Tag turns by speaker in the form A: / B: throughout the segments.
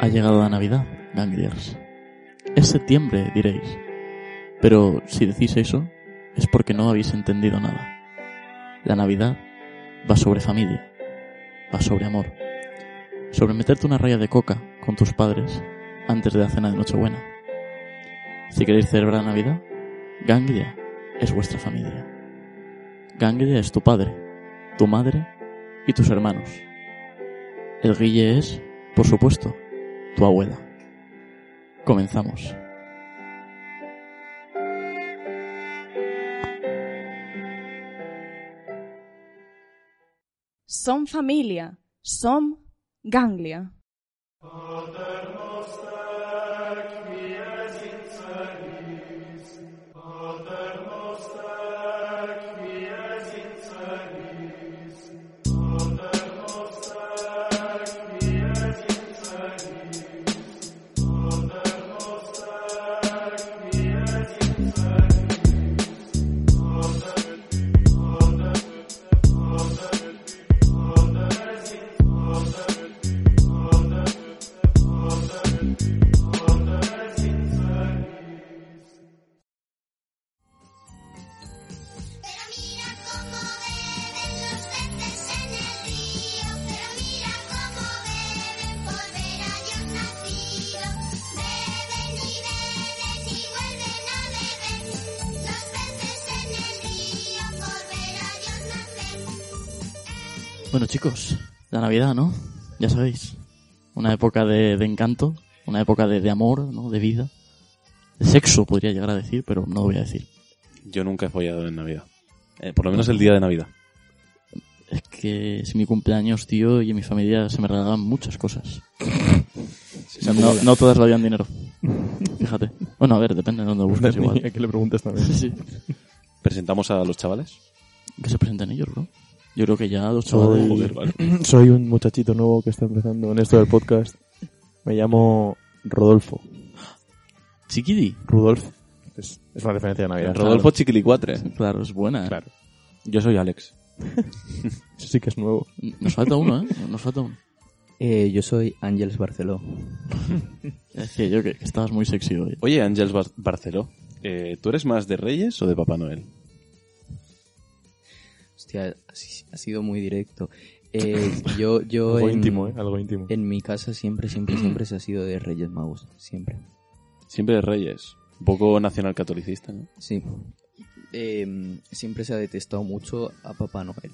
A: Ha llegado la Navidad, gangliers. Es septiembre, diréis. Pero si decís eso, es porque no habéis entendido nada. La Navidad va sobre familia, va sobre amor, sobre meterte una raya de coca con tus padres antes de la cena de Nochebuena. Si queréis celebrar la Navidad, Ganglia es vuestra familia. Ganglia es tu padre, tu madre y tus hermanos. El Guille es, por supuesto, tu abuela. Comenzamos.
B: Som familia, som ganglia.
C: Pero mira cómo beben los peces en el río, pero mira cómo beben por ver a Dios nacido. Beben y beben y vuelven a beber los peces en el río por ver a Dios nacer.
A: Bueno chicos, la Navidad, ¿no? Ya sabéis, una época de, de encanto, una época de, de amor, ¿no? De vida, de sexo podría llegar a decir, pero no lo voy a decir.
D: Yo nunca he follado en Navidad. Eh, por lo menos el día de Navidad.
A: Es que es mi cumpleaños, tío, y en mi familia se me regalaban muchas cosas. No, no todas valían dinero. Fíjate. Bueno, a ver, depende de dónde lo
E: Pues
A: busques igual.
E: que le preguntes también.
A: Sí.
D: Presentamos a los chavales.
A: Que se presenten ellos, bro. Yo creo que ya los
E: Soy,
A: chavales...
D: Joder, vale.
E: soy un muchachito nuevo que está empezando en esto del podcast. Me llamo Rodolfo.
A: Chiquidi.
E: Rudolf. Es, es una referencia de Navidad.
D: Rodolfo Chiquilicuatre.
A: Claro, es buena. ¿eh?
E: Claro.
D: Yo soy Alex.
E: Eso sí que es nuevo.
A: Nos falta uno, ¿eh? Nos falta uno.
F: Eh, yo soy Ángeles Barceló.
A: Decía yo que, que estabas muy sexy hoy.
D: Oye, Ángels Bar- Barceló, eh, ¿tú eres más de Reyes o de Papá Noel?
F: Hostia, ha si- ha sido muy directo. Eh, yo yo
E: Algo
F: en,
E: íntimo, ¿eh? Algo íntimo.
F: en mi casa siempre, siempre, siempre se ha sido de Reyes Magos. Siempre.
D: Siempre de Reyes. Un poco nacional catolicista, ¿no?
F: Sí. Eh, siempre se ha detestado mucho a Papá Noel.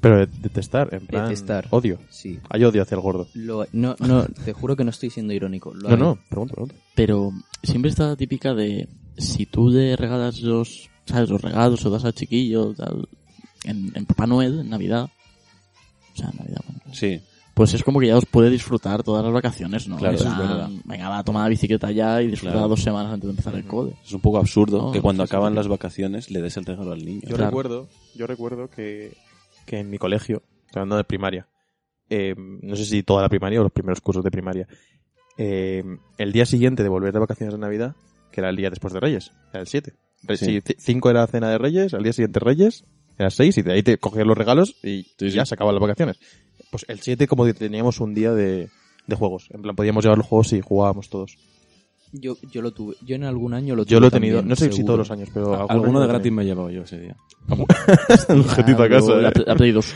E: Pero de- detestar, en plan...
F: Detestar.
E: Odio.
F: Sí.
E: Hay odio hacia el gordo.
F: Lo- no, no, te juro que no estoy siendo irónico. Lo
E: No,
F: hay.
E: no, pregunta, pregunta.
A: Pero siempre está la típica de... Si tú le regalas los... ¿Sabes? Los regalos o das al chiquillo, tal... En, en Papá Noel, en Navidad... O sea, en Navidad, bueno.
D: Sí.
A: Pues es como que ya os puede disfrutar todas las vacaciones, ¿no?
D: Claro,
A: En
D: eso es
A: plan,
D: verdad.
A: Venga, va, toma la bicicleta ya y disfruta
D: Claro.
A: dos semanas antes de empezar el cole.
D: Es un poco absurdo
A: No,
D: que cuando
A: sí, sí,
D: acaban
A: sí.
D: las vacaciones le des el regalo al niño.
E: Yo
A: Claro.
E: recuerdo, yo recuerdo que, que en mi colegio, hablando de primaria, eh, no sé si toda la primaria o los primeros cursos de primaria, eh, el día siguiente de volver de vacaciones de Navidad, que era el día después de Reyes, era el 7. Re-
D: Sí.
E: Si 5 era cena de Reyes, al día siguiente Reyes, era 6 y de ahí te cogías los regalos y
D: Sí, sí.
E: ya se acaban las vacaciones. Pues el 7 como que teníamos un día de, de juegos, en plan podíamos llevar los juegos y jugábamos todos.
F: Yo, yo lo tuve. Yo en algún año lo tuve.
E: Yo lo he tenido,
F: también,
E: no sé si
F: seguro.
E: todos los años, pero
D: Alguno de
E: año lo he
D: gratis me he llevado yo ese día.
E: tenido. Un jetito a
A: Claro,
E: casa,
A: La,
E: eh.
A: Play- la Play 2.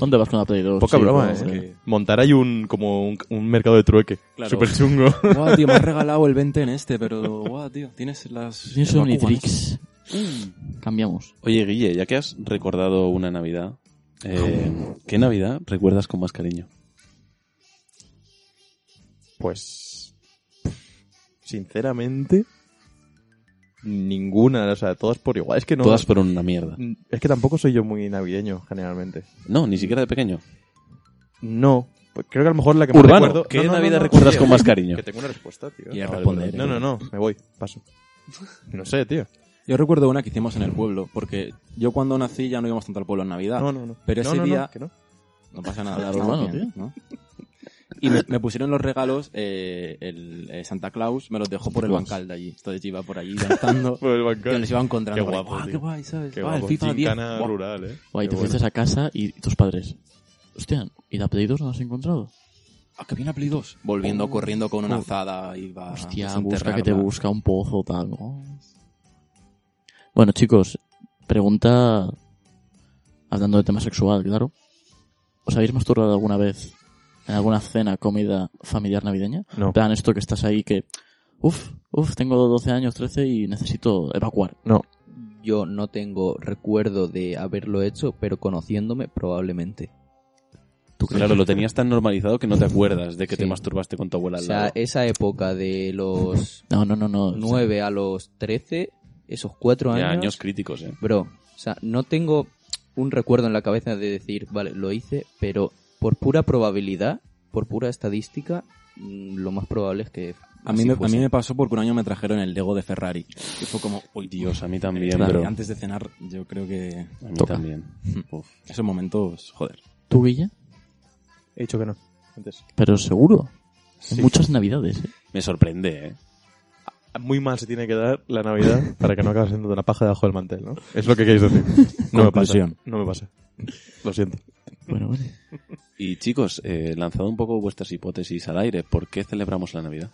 A: ¿Dónde vas con la Play 2?
E: Poca
A: Sí,
E: broma,
A: no,
E: ¿eh? Montar hay un, como un, un mercado de trueque.
D: Claro.
E: Súper chungo.
G: Guau, tío, me has regalado el 20 en este, pero guau, tío, tienes las...
A: Tienes
G: las vacunas.
E: Mm.
A: Omnitrix. Cambiamos.
D: Oye, Guille, ya que has recordado una Navidad,
G: Eh, ¿Qué Navidad recuerdas con más cariño?
E: Pues. Sinceramente. Ninguna, o sea, todas por igual. Es que no.
G: Todas fueron una mierda.
E: Es que tampoco soy yo muy navideño, generalmente.
G: No, ni siquiera de pequeño.
E: No. Pues creo que a lo mejor la que más
G: Urbano,
E: recuerdo.
G: ¿qué
E: No, no, no,
G: Navidad
E: no,
G: recuerdas
E: tío.
G: con más cariño?
E: Que tengo una respuesta, tío.
F: Y a
E: Ah, vale,
F: responder,
E: vale. No, no, no, me voy, paso. No sé, tío.
H: Yo recuerdo una que hicimos en el pueblo, porque yo cuando nací ya no íbamos tanto al pueblo en Navidad.
E: No, no, no.
H: Pero
E: No,
H: ese
E: no, no,
H: día-
E: que no.
H: No pasa nada,
A: Claro,
H: estamos
A: hermano,
H: bien, ¿no? Y me, me pusieron los regalos, eh, el eh, Santa Claus me los dejó por el
A: Guas.
H: bancal de allí. Entonces yo iba por allí danzando,
E: Por el
H: yo
E: bancal.
H: les iba encontrando.
E: Qué
H: por ahí.
E: guapo,
H: "Guau,
E: tío.
H: qué guay, ¿sabes?
E: Qué
H: Ah, el
E: guapo,
H: FIFA 10.
E: gincana
H: Guau.
E: rural, eh.
A: Guay,
E: Qué
A: te
E: bueno.
A: fuiste a casa y, y tus padres. Hostia, ¿y de apellidos no has encontrado?
H: Ah, que viene a Play 2. Volviendo, corriendo con una azada y va
A: Oh, Hostia,
H: a
A: busca que te
H: desenterrarla.
A: busca un pozo tal. ¿no? Bueno, chicos, pregunta hablando de tema sexual, claro. ¿Os habéis masturbado alguna vez en alguna cena, comida familiar navideña?
E: No.
A: En plan, esto que estás ahí que uf, uf, tengo 12 años, 13 y necesito evacuar.
F: Yo no tengo recuerdo de haberlo hecho, pero conociéndome probablemente.
G: Claro, lo tenías tan normalizado que no te acuerdas de que te
F: Sí.
G: masturbaste con tu abuela
F: O
G: al
F: sea, eh,
G: lado.
F: esa época de los
A: No, no, no, no.
F: 9 a los 13, esos 4
G: Ya,
F: años,
G: años críticos, ¿eh?
F: bro, o sea, no tengo un recuerdo en la cabeza de decir, vale, lo hice, pero por pura probabilidad, por pura estadística, mm, lo más probable es que
H: A mí,
F: así
H: me, a
F: fuese.
H: mí me pasó porque un año me trajeron el Lego de Ferrari. Y fue como, uy,
G: Dios, a mí también,
H: Claro,
G: bro.
H: Antes Mm. de cenar, yo creo que
G: A mí
A: Toca.
G: también. Uf.
H: esos momentos, joder.
A: ¿Tú, Guille?
E: He dicho que no. Antes.
A: Pero seguro.
E: Sí.
A: En muchas navidades, ¿eh?
G: Me sorprende, ¿eh?
E: Muy mal se tiene que dar la Navidad para que no acabes siendo una paja debajo del mantel, ¿no? Es lo que queréis decir. No me pasa.
H: Conclusión.
E: No me pasa. Lo siento.
A: Bueno, bueno.
G: Y chicos, eh, lanzad un poco vuestras hipótesis al aire. ¿Por qué celebramos la Navidad?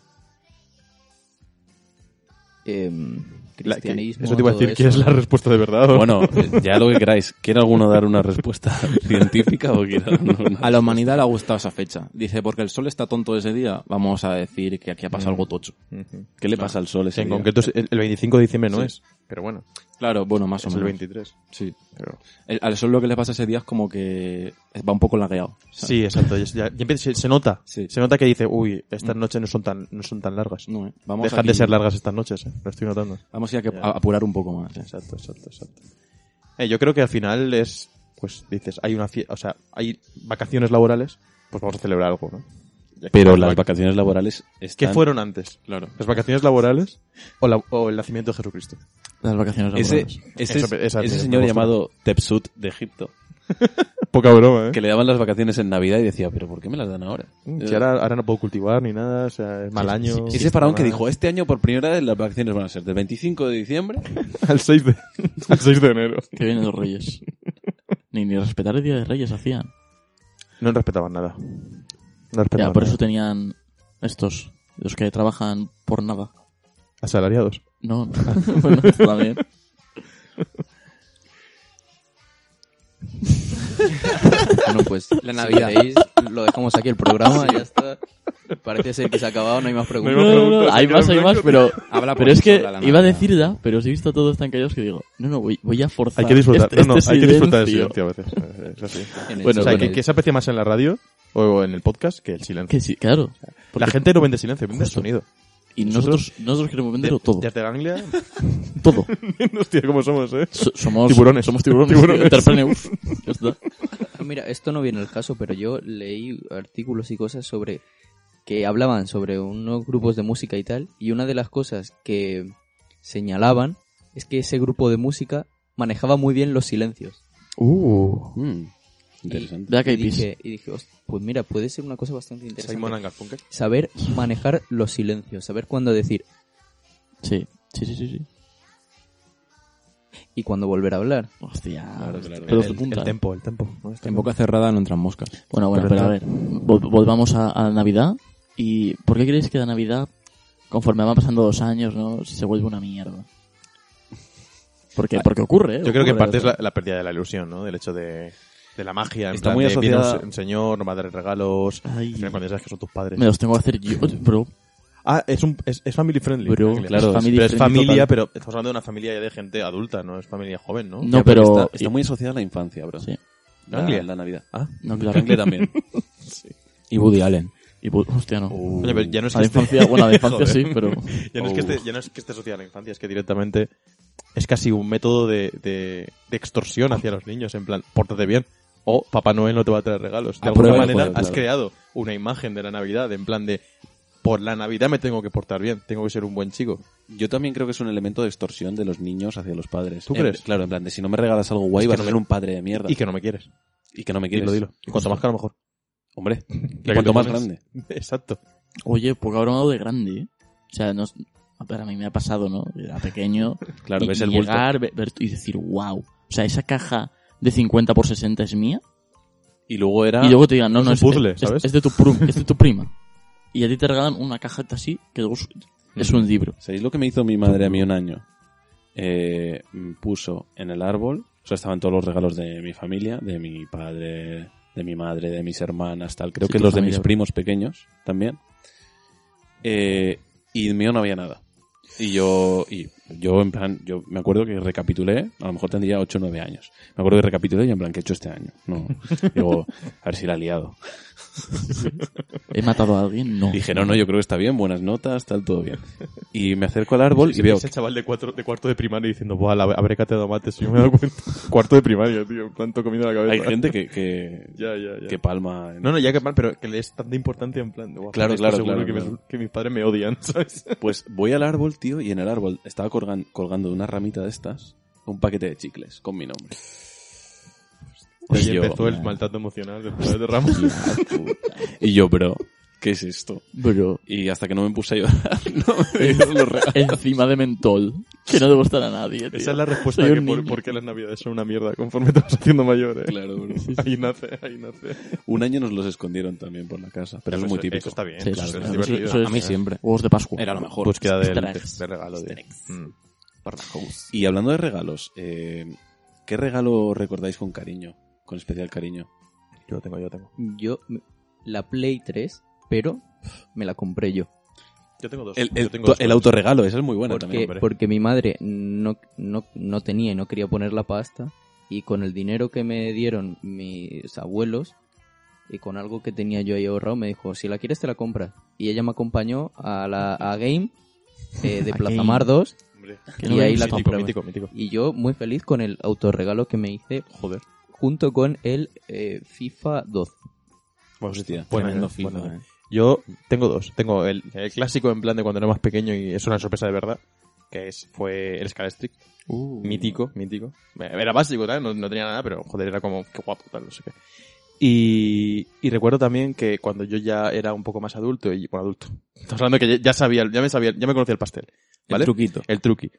F: Em,
E: La- que-
F: cristianismo,
E: eso te iba a
F: todo
E: decir que es
F: eso.
E: la respuesta de verdad. ¿o?
G: Bueno, eh, ya lo que queráis. ¿Quiere alguno dar una respuesta científica o quiere dar una-
H: A la humanidad le ha gustado esa fecha. Dice, porque el sol está tonto ese día, vamos a decir que aquí ha pasado algo tocho.
E: Ujú.
G: ¿Qué le pasa al sol ese
E: en
G: día?
E: concreto, es el el 25 de diciembre no
G: Sí.
E: es. Pero bueno,
H: Claro, bueno, más o
E: es el
H: menos.
E: 23.
H: Sí.
E: Pero...
H: El- al sol lo que le pasa ese día es como que va un poco lagueado. ¿sabes?
E: Sí, exacto. Ya, ya- ya empieza- se, se nota.
H: Sí.
E: Se nota que dice, uy, estas noches no son tan, no son tan largas.
H: No, eh. Vamos
E: Dejan
H: aquí-
E: de ser largas estas noches, ¿eh? lo estoy notando.
H: Vamos a, ir a que-
E: Ya.
H: a apurar un poco más. eh.
E: Exacto, exacto, exacto. Eh, yo creo que al final es, pues dices, hay una fie- o sea, hay vacaciones laborales, pues vamos a celebrar algo, ¿no? Ya que-
G: Pero las vacaciones laborales
E: ¿Qué
G: están...
E: fueron antes?
H: Claro.
E: ¿Las vacaciones laborales o, la- o el nacimiento de Jesucristo?
A: Las vacaciones
G: Ese,
A: laborales.
G: ese,
E: Eso- esa-
G: ese
E: me
G: señor
E: gusta.
G: llamado Tepsut de Egipto,
E: Poca broma, ¿eh?
G: que le daban las vacaciones en Navidad y decía, pero ¿por qué me las dan ahora? Eh,
E: Mm, si ahora, ahora no puedo cultivar ni nada, o sea, es mal año. Ah,
G: Ese faraón que dijo, este año por primera vez las vacaciones van a ser del 25 de diciembre
E: al 6 de, al 6 de enero.
A: Que vienen los reyes. ni, ni respetar el Día de Reyes hacían.
E: No respetaban nada. No respetaban
A: Ya, por
E: nada.
A: eso tenían estos, los que trabajan por nada.
E: Asalariados.
A: No, no. bueno, esto también.
F: Bueno, pues la Navidad. lo dejamos aquí el programa, ya está. Parece ser que se ha acabado, no hay más
A: No,
F: preguntas.
A: no, no, hay más, hay más, pero,
H: Habla por
A: pero es
H: eso,
A: que
H: habla la
A: iba a
H: Navidad.
A: decir ya, pero os he visto a todos tan callados que digo, no, no, voy, voy a forzar.
E: Hay que disfrutar,
A: este-
E: no, no,
A: este
E: hay que disfrutar del
A: silencio.
E: silencio a veces. Es así.
F: En el
A: Bueno,
E: o sea,
F: sol,
E: que,
F: en el-
E: que se aprecia más en la radio o en el podcast que el silencio.
A: Que sí, claro.
E: la gente no vende silencio, vende
A: Justo.
E: sonido.
A: Y nosotros, nosotros, queremos venderlo
E: De-
A: todo,
E: Desde Ganglia,
A: todo.
E: hostia, cómo somos, ¿eh?
A: So- somos
E: Tiburones.
A: Somos tiburones.
E: Tiburones.
A: entrepreneurs. Ya está.
F: Ah, Mira, esto no viene al caso, pero yo leí artículos y cosas sobre que hablaban sobre unos grupos de música y tal, y una de las cosas que señalaban es que ese grupo de música manejaba muy bien los silencios.
E: Uh.
G: Mm, interesante.
A: Black
F: Y
A: Eyed Peas.
F: dije, y dije, "Host- pues mira, puede ser una cosa bastante
E: Simon
F: interesante.
E: and Garfunkel.
F: Saber manejar los silencios, saber cuándo decir
A: Sí, sí, sí, sí. sí.
F: y cuándo volver a hablar.
A: Hostia. este
G: Claro, claro.
A: Pero
E: el,
A: su punta.
E: el tempo, el tempo. ¿no? Este
H: En
E: tempo.
H: boca cerrada no entran moscas.
A: eh. Bueno, bueno, pero
E: Pero
A: a ver, vol- volvamos a, a Navidad. ¿Y por qué creéis que la Navidad, conforme van pasando los años, no se vuelve una mierda? Porque, porque ocurre, ¿eh?
E: Yo creo que en
A: Ocurre,
E: parte
A: o
E: es
A: sea.
E: la, la pérdida de la ilusión, ¿no? Del hecho de, de la magia. en
G: Está
E: plan
G: muy
E: de, viene
G: asociada-
E: un, se- un señor, nos va a dar regalos.
A: Ay.
E: Cuando sabes que son tus padres.
A: Me los tengo que hacer yo, bro.
E: Ah, es, un, es, es family friendly.
A: Bro,
E: Ganglia.
A: claro, es family
E: pero es
A: friendly
E: familia,
A: total.
E: pero estamos hablando de una familia ya de gente adulta, no es familia joven, ¿no?
A: No, Ah,
G: Ya, pero
A: pero...
G: Está, está muy asociada a la infancia, bro.
A: Sí.
G: La-
E: Ganglia. Ah.
G: La Navidad.
A: No, claro.
G: Ganglia también. Y Woody Allen.
A: Y, pues, hostia, no.
E: Oye, pero ya no es
A: a la
E: que esté-
A: infancia, bueno, a la infancia sí,
E: Joder.
A: pero...
E: Ya no, es que
A: Oh.
E: esté, ya no es que esté asociado a la infancia, es que directamente es casi un método de, de- de extorsión hacia los niños, en plan, pórtate bien. O Papá Noel no te va a traer regalos. De
G: A
E: alguna
G: Ah, prueba de
E: manera
G: juego,
E: has
G: claro.
E: creado una imagen de la Navidad, en plan de, por la Navidad me tengo que portar bien, tengo que ser un buen chico.
G: Yo también creo que es un elemento de extorsión de los niños hacia los padres.
E: ¿Tú
G: En-
E: crees?
G: Eh, Claro, en plan de si no me regalas algo guay
E: Pues Es que
G: vas
E: no
G: a
E: me-
G: ser un padre de mierda.
E: Y que no me quieres.
G: Y que no me quieres.
E: Dilo, dilo. Y cuanto más caro, mejor.
G: Hombre,
E: La
G: y
E: que
G: cuanto
E: te
G: más
E: pones.
G: grande.
E: Exacto.
A: Oye, porque ahora hablado de grande, ¿eh? O sea, no... es- a ver, a mí me ha pasado, ¿no? Era pequeño,
G: Claro,
A: y
G: ves el bulto.
A: llegar ve- ver- y decir, wow. O sea, esa caja de 50 por 60 es mía.
G: Y luego era...
A: y luego te digan, no,
E: Ah, es
A: no,
E: un
A: es,
E: puzzle,
A: es-
E: ¿sabes?
A: es de tu prum- es de tu prima. Y a ti te regalan una cajita así, que luego es- es un libro.
G: ¿Sabéis lo que me hizo mi madre a mí un año? Eh, mm, puso en el árbol, o sea, estaban todos los regalos de mi familia, de mi padre, de mi madre, de mis hermanas, tal. Creo
A: Sí,
G: que
A: tu
G: los de
A: familia.
G: mis primos pequeños también. Eh, y el mío no había nada. Y yo, y yo, en plan, yo me acuerdo que recapitulé, a lo mejor tendría 8 o 9 años. Me acuerdo que recapitulé y en plan, ¿qué he hecho este año? No. Digo, a ver si la he liado.
A: ¿He matado a alguien? No.
G: Dije, no, no, yo creo que está bien, buenas notas, tal, todo bien. Y me acerco al árbol y veo
E: Ese chaval de, cuatro, de cuarto de primaria diciendo, Buah, la, habré cateado mates, yo me he dado cuenta. cuarto de primaria, tío, tanto comiendo la cabeza.
G: Hay gente que, que,
E: Ya, ya, ya.
G: que palma. en-
E: No, no, ya que mal, pero que le es tanta importancia en plan. de, "Buah,
G: Claro,
E: esto
G: claro,
E: seguro
G: claro,
E: que, me-
G: claro.
E: que mis padres me odian, ¿sabes?
G: Pues voy al árbol, tío, y en el árbol estaba colgan- colgando de una ramita de estas un paquete de chicles con mi nombre.
E: Y
G: yo,
E: empezó el
G: man.
E: maltrato emocional después de Ramos.
G: Y yo, bro, ¿qué es esto?
A: Bro,
G: Y hasta que no me puse a llorar, no me dieron los regalos.
A: encima de mentol. Que no debo gustar a nadie, tío.
E: Esa es la respuesta
A: Soy
E: que
A: un
E: por,
A: niño.
E: por qué las navidades son una mierda conforme te vas haciendo mayor, ¿eh?
G: Claro, bro.
E: Ahí nace, ahí nace. Pues
G: Un año nos los escondieron también por la casa, pero es muy típico.
E: Eso está bien,
A: Sí,
E: claro,
A: eso
E: es
A: está bien.
E: divertido.
A: Eso- eso es-
E: A mí sí.
G: siempre.
A: Huevos de Pascua. Pues
G: Era lo mejor.
E: Búsqueda del,
A: Easter eggs.
E: del regalo. tío. Mm.
G: Y hablando de regalos, eh, ¿qué regalo recordáis con cariño? Con especial cariño.
E: Yo tengo, yo tengo.
F: Yo me- la Play 3, pero pf, me la compré yo.
E: Yo tengo dos.
G: El,
E: Yo
G: el- eh,
E: tengo
G: to-
E: dos
G: el
E: cosas.
G: autorregalo, esa es muy buena
F: porque,
G: también.
E: hombre.
F: porque mi madre no, no, no tenía y no quería poner la pasta. Y con el dinero que me dieron mis abuelos y con algo que tenía yo ahí ahorrado, me dijo, si la quieres te la compras. Y ella me acompañó a la a Game eh, de
A: A
F: Plaza
A: Game.
F: Mar 2
E: Hombre.
A: Que no
F: y
A: me
F: ahí la
A: gusta.
E: Mítico,
F: compré.
E: mítico, mítico.
F: Y yo muy feliz con el autorregalo que me hice, joder, junto con el eh, FIFA 12.
G: Bueno, hostia,
E: Buena,
G: tremendo
E: eh,
G: FIFA,
E: buena,
G: eh.
E: Yo tengo dos. Tengo el, el clásico en plan de cuando era más pequeño y es una sorpresa de verdad, que es fue el Scalestrick.
H: Uh.
E: Mítico, mítico. Eh, Era básico, tal, no, no tenía nada, pero joder, era como, qué guapo, tal, no sé qué. Y, y recuerdo también que cuando yo ya era un poco más adulto, y bueno, adulto, estamos hablando que ya, ya sabía, ya me sabía, ya me conocía el pastel, ¿vale?
G: El truquito.
E: El truqui.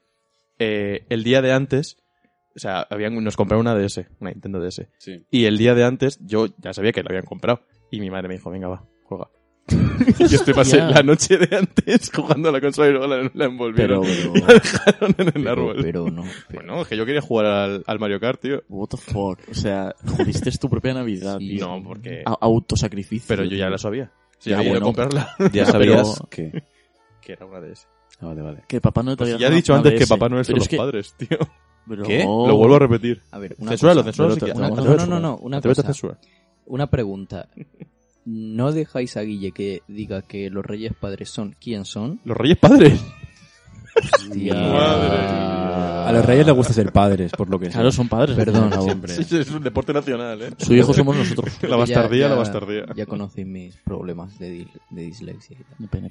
E: Eh, el día de antes, o sea, habían, nos compraron una DS, una Nintendo DS.
G: Sí.
E: Y el día de antes yo ya sabía que la habían comprado. Y mi madre me dijo, venga, va, juega. yo te pasé
A: Ya.
E: la noche de antes jugando a la consola y luego la, la envolvieron
F: Pero, pero,
E: en el
F: pero,
E: árbol.
F: pero no.
E: Bueno, Pues es que yo quería jugar al, al Mario Kart, tío.
A: What the fuck. O sea, jodiste tu propia Navidad,
F: Sí.
A: tío.
E: No, porque...
A: A- autosacrificio.
E: Pero yo Ah, ya la sabía. Si
A: Ya,
E: había ido a
A: bueno.
E: comprarla,
G: Ya
A: Ya, pero-
G: sabías que...
E: que era una de esas.
G: Ah, vale, vale.
A: Que papá no te había
E: Pues Ya he
A: dado
E: dicho
A: una
E: antes
A: ABS.
E: que papá no es
A: Pero
E: los
A: que-
E: padres, tío.
A: Bro.
G: ¿Qué?
E: Lo vuelvo a repetir.
F: A ver, una
E: Censúralo,
F: cosa.
E: censúralo si
A: Pero
E: quieres.
F: una- no, no, no, no, una
E: Atrévete a
F: cosa.
E: censurar.
F: Una pregunta. ¿No dejáis a Guille que diga que los Reyes Padres son quien son?
E: Los reyes padres. Ah.
F: Hostia.
E: Madre.
H: A los reyes les gusta ser padres, por lo que sea.
A: Claro, son padres.
F: Perdón.
A: por favor.
H: Siempre.
E: Sí, sí, es un deporte nacional, eh.
A: Su hijo somos nosotros.
E: La bastardía,
F: Ya-
E: la
F: ya-
E: bastardía.
F: Ya conocéis mis problemas de, di- de dislexia. y tal.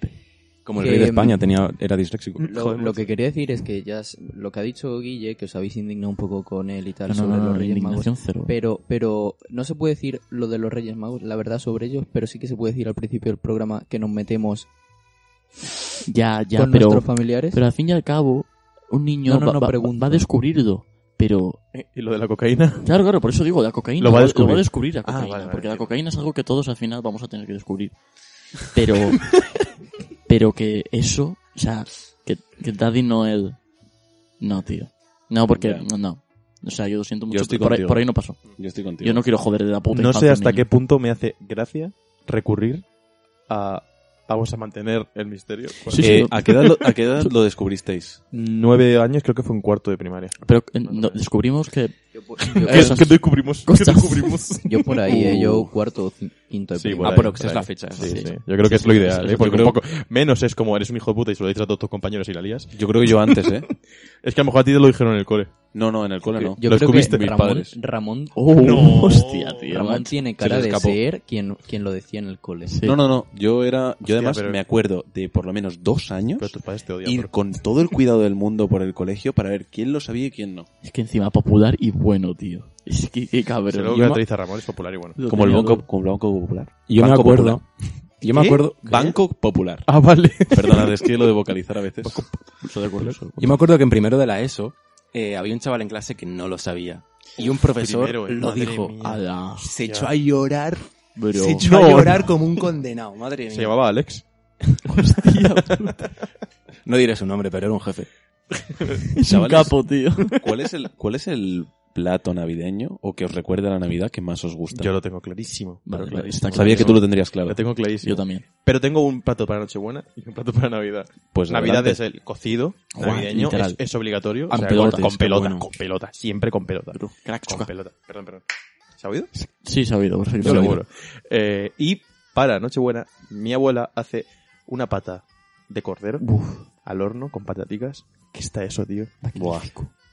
H: Como el rey de
F: Que,
H: España tenía, era disléxico.
F: Lo,
E: Joder,
F: lo que quería decir es que ya s- lo que ha dicho Guille, que os habéis indignado un poco con él y tal
A: No, no, no,
F: sobre los
A: no,
F: Reyes Magos.
A: indignación cero.
F: Pero, pero no se puede decir lo de los Reyes Magos, la verdad sobre ellos, pero sí que se puede decir al principio del programa que nos metemos
A: Ya, ya,
F: con
A: pero...
F: nuestros familiares.
A: Pero al fin y al cabo, un niño
F: No, no,
A: va-
F: no,
A: va,
F: pregunto.
A: va a descubrirlo. Pero,
E: Eh, Y lo de la cocaína.
A: claro, claro, por eso digo, la cocaína.
E: Lo va a descubrir.
A: descubrir la
E: Ah,
A: cocaína.
E: vale, vale,
A: porque la
E: entiendo.
A: cocaína es algo que todos al final vamos a tener que descubrir. Pero, pero que eso, o sea, que, que Daddy Noel. No, tío. No, porque,
G: Ya.
A: no, no. O sea, yo lo siento mucho.
G: estoy
A: por, ahí,
G: contigo.
A: por ahí no pasó.
G: Yo estoy contigo.
A: Yo no quiero joder de la puta
E: No
A: infancia
E: sé
A: a un
E: hasta
A: niño.
E: qué punto me hace gracia recurrir a vamos a mantener el misterio.
A: Sí, sí,
G: Eh,
A: no.
G: ¿a, qué edad lo, a qué edad lo descubristeis?
E: Nueve años creo que fue un cuarto de primaria.
A: Pero eh, no, descubrimos que
F: Yo por, yo-
G: Eh,
E: ¿Qué, qué descubrimos? ¿Qué
F: Cosas.
E: descubrimos?
F: yo por ahí, eh, yo
G: Uh.
F: cuarto o cin- quinto de
E: Sí,
F: primaria.
E: por
G: Ah, bueno,
E: ahí,
G: que esa
E: por
G: es la
E: ahí.
G: fecha.
E: Sí,
G: esa
E: sí.
G: fecha.
E: Yo creo que es lo ideal,
G: Yo
E: ¿eh? Porque
G: creo-
E: un poco menos es como eres un hijo de puta y se lo dices a todos tus compañeros y la lías.
G: Yo creo que yo antes, ¿eh?
E: Es que a lo mejor a ti te lo dijeron en el cole.
G: No, no, en el cole no.
F: Yo
E: Lo
F: creo
E: descubriste,
F: que
E: mis
F: Ramón,
G: padres.
F: Ramón,
A: ¡Oh!
E: No.
A: ¡Hostia, tío!
F: Ramón
A: macho.
F: tiene
G: se
F: cara
G: le
F: de
G: escapó.
F: ser quien, quien lo decía en el cole.
A: Sí.
G: No, no, no. Yo era.
E: Hostia,
G: Yo además
E: pero-
G: me acuerdo de por lo menos dos años
E: Pero tus padres te odian.
G: ir
E: bro.
G: con todo el cuidado del mundo por el colegio para ver quién lo sabía y quién no.
A: Es que encima popular y bueno, tío. Es que eh, qué
E: Si
A: cabrón.
E: luego
A: Yo
E: caracteriza a Ramón, es popular y bueno.
A: ma- lo
G: Como el
A: tenía
G: Banco,
A: todo.
G: como el banco Popular.
H: Y Yo me
G: Banco
H: acuerdo.
G: Popular.
H: Yo me
E: ¿Qué?
H: acuerdo.
G: Banco Popular.
E: Ah, vale.
G: Perdonad, es que lo de vocalizar a veces.
A: Estoy de acuerdo.
H: Yo me acuerdo que en primero de la ESO eh, había un chaval en clase que no lo sabía. Y un profesor
E: Primero, eh,
H: lo
E: madre
H: dijo.
E: mía.
H: Ah,
A: Ala,
H: Se echó a llorar.
A: bro.
H: Se echó
E: No,
H: a llorar como un condenado, madre mía.
E: Se llamaba Alex.
A: Hostia, puta.
H: No diré su nombre, pero era un jefe.
A: es un
G: Chavales.
A: capo, tío.
G: ¿Cuál es el, cuál es el plato navideño o que os recuerda a la Navidad que más os gusta?
E: Yo lo tengo clarísimo.
A: Vale,
E: pero
A: vale,
E: clarísimo.
A: está claro.
G: Sabía que tú lo tendrías claro.
E: Lo tengo clarísimo.
A: Yo también.
E: Pero tengo un plato para Nochebuena y un plato para Navidad.
G: Pues
E: Navidad
G: adelante.
E: es el cocido
A: Guau,
E: navideño,
A: literal.
E: es, es obligatorio.
A: Con
E: o sea,
A: pelotas,
E: con
A: qué
E: pelota,
H: bueno.
E: con pelota, siempre con pelota.
A: Crack,
E: Con
A: choca.
E: pelota, perdón, perdón. ¿Se ha oído?
A: Sí, sabido, perfecto.
E: Yo seguro. Eh, y para Nochebuena, mi abuela hace una pata de cordero
A: Uf,
E: al horno con pataticas. ¿Qué está eso, tío?
G: Buah.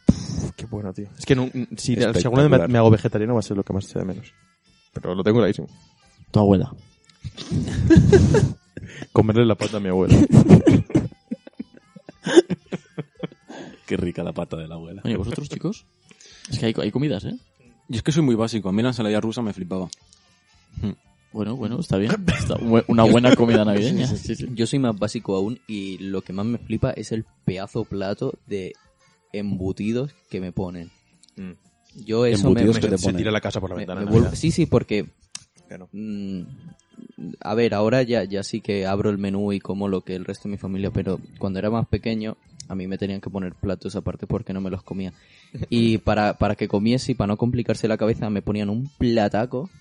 E: Uf, qué bueno, tío. Es que no- mm, si, si
G: Espectacular.
E: alguna vez me, me hago vegetariano va a ser lo que más echa de menos. Pero lo tengo clarísimo.
A: tu abuela.
E: Comerle la pata a mi abuela.
G: Qué rica la pata de la abuela.
A: Oye, vosotros, chicos. Es que hay, hay comidas, ¿eh?
H: Y es que soy muy básico. A mí la ensalada rusa me flipaba.
A: Bueno, bueno, está bien. Está bu- una buena comida navideña. Sí, sí.
F: Yo soy más básico aún y lo que más me flipa es el pedazo plato de embutidos que me ponen.
E: Mm.
F: Yo eso me,
G: Embutidos
F: me-
G: que te
E: se
G: ponen.
E: tira la casa por la
F: me-
E: ventana.
F: me
E: en
F: vuelvo-
E: Navidad.
F: Sí, sí, porque...
E: Claro.
F: mm, a ver, ahora ya, ya sí que abro el menú y como lo que el resto de mi familia, pero cuando era más pequeño a mí me tenían que poner platos aparte porque no me los comía. Y para, para que comiese y para no complicarse la cabeza me ponían un plataco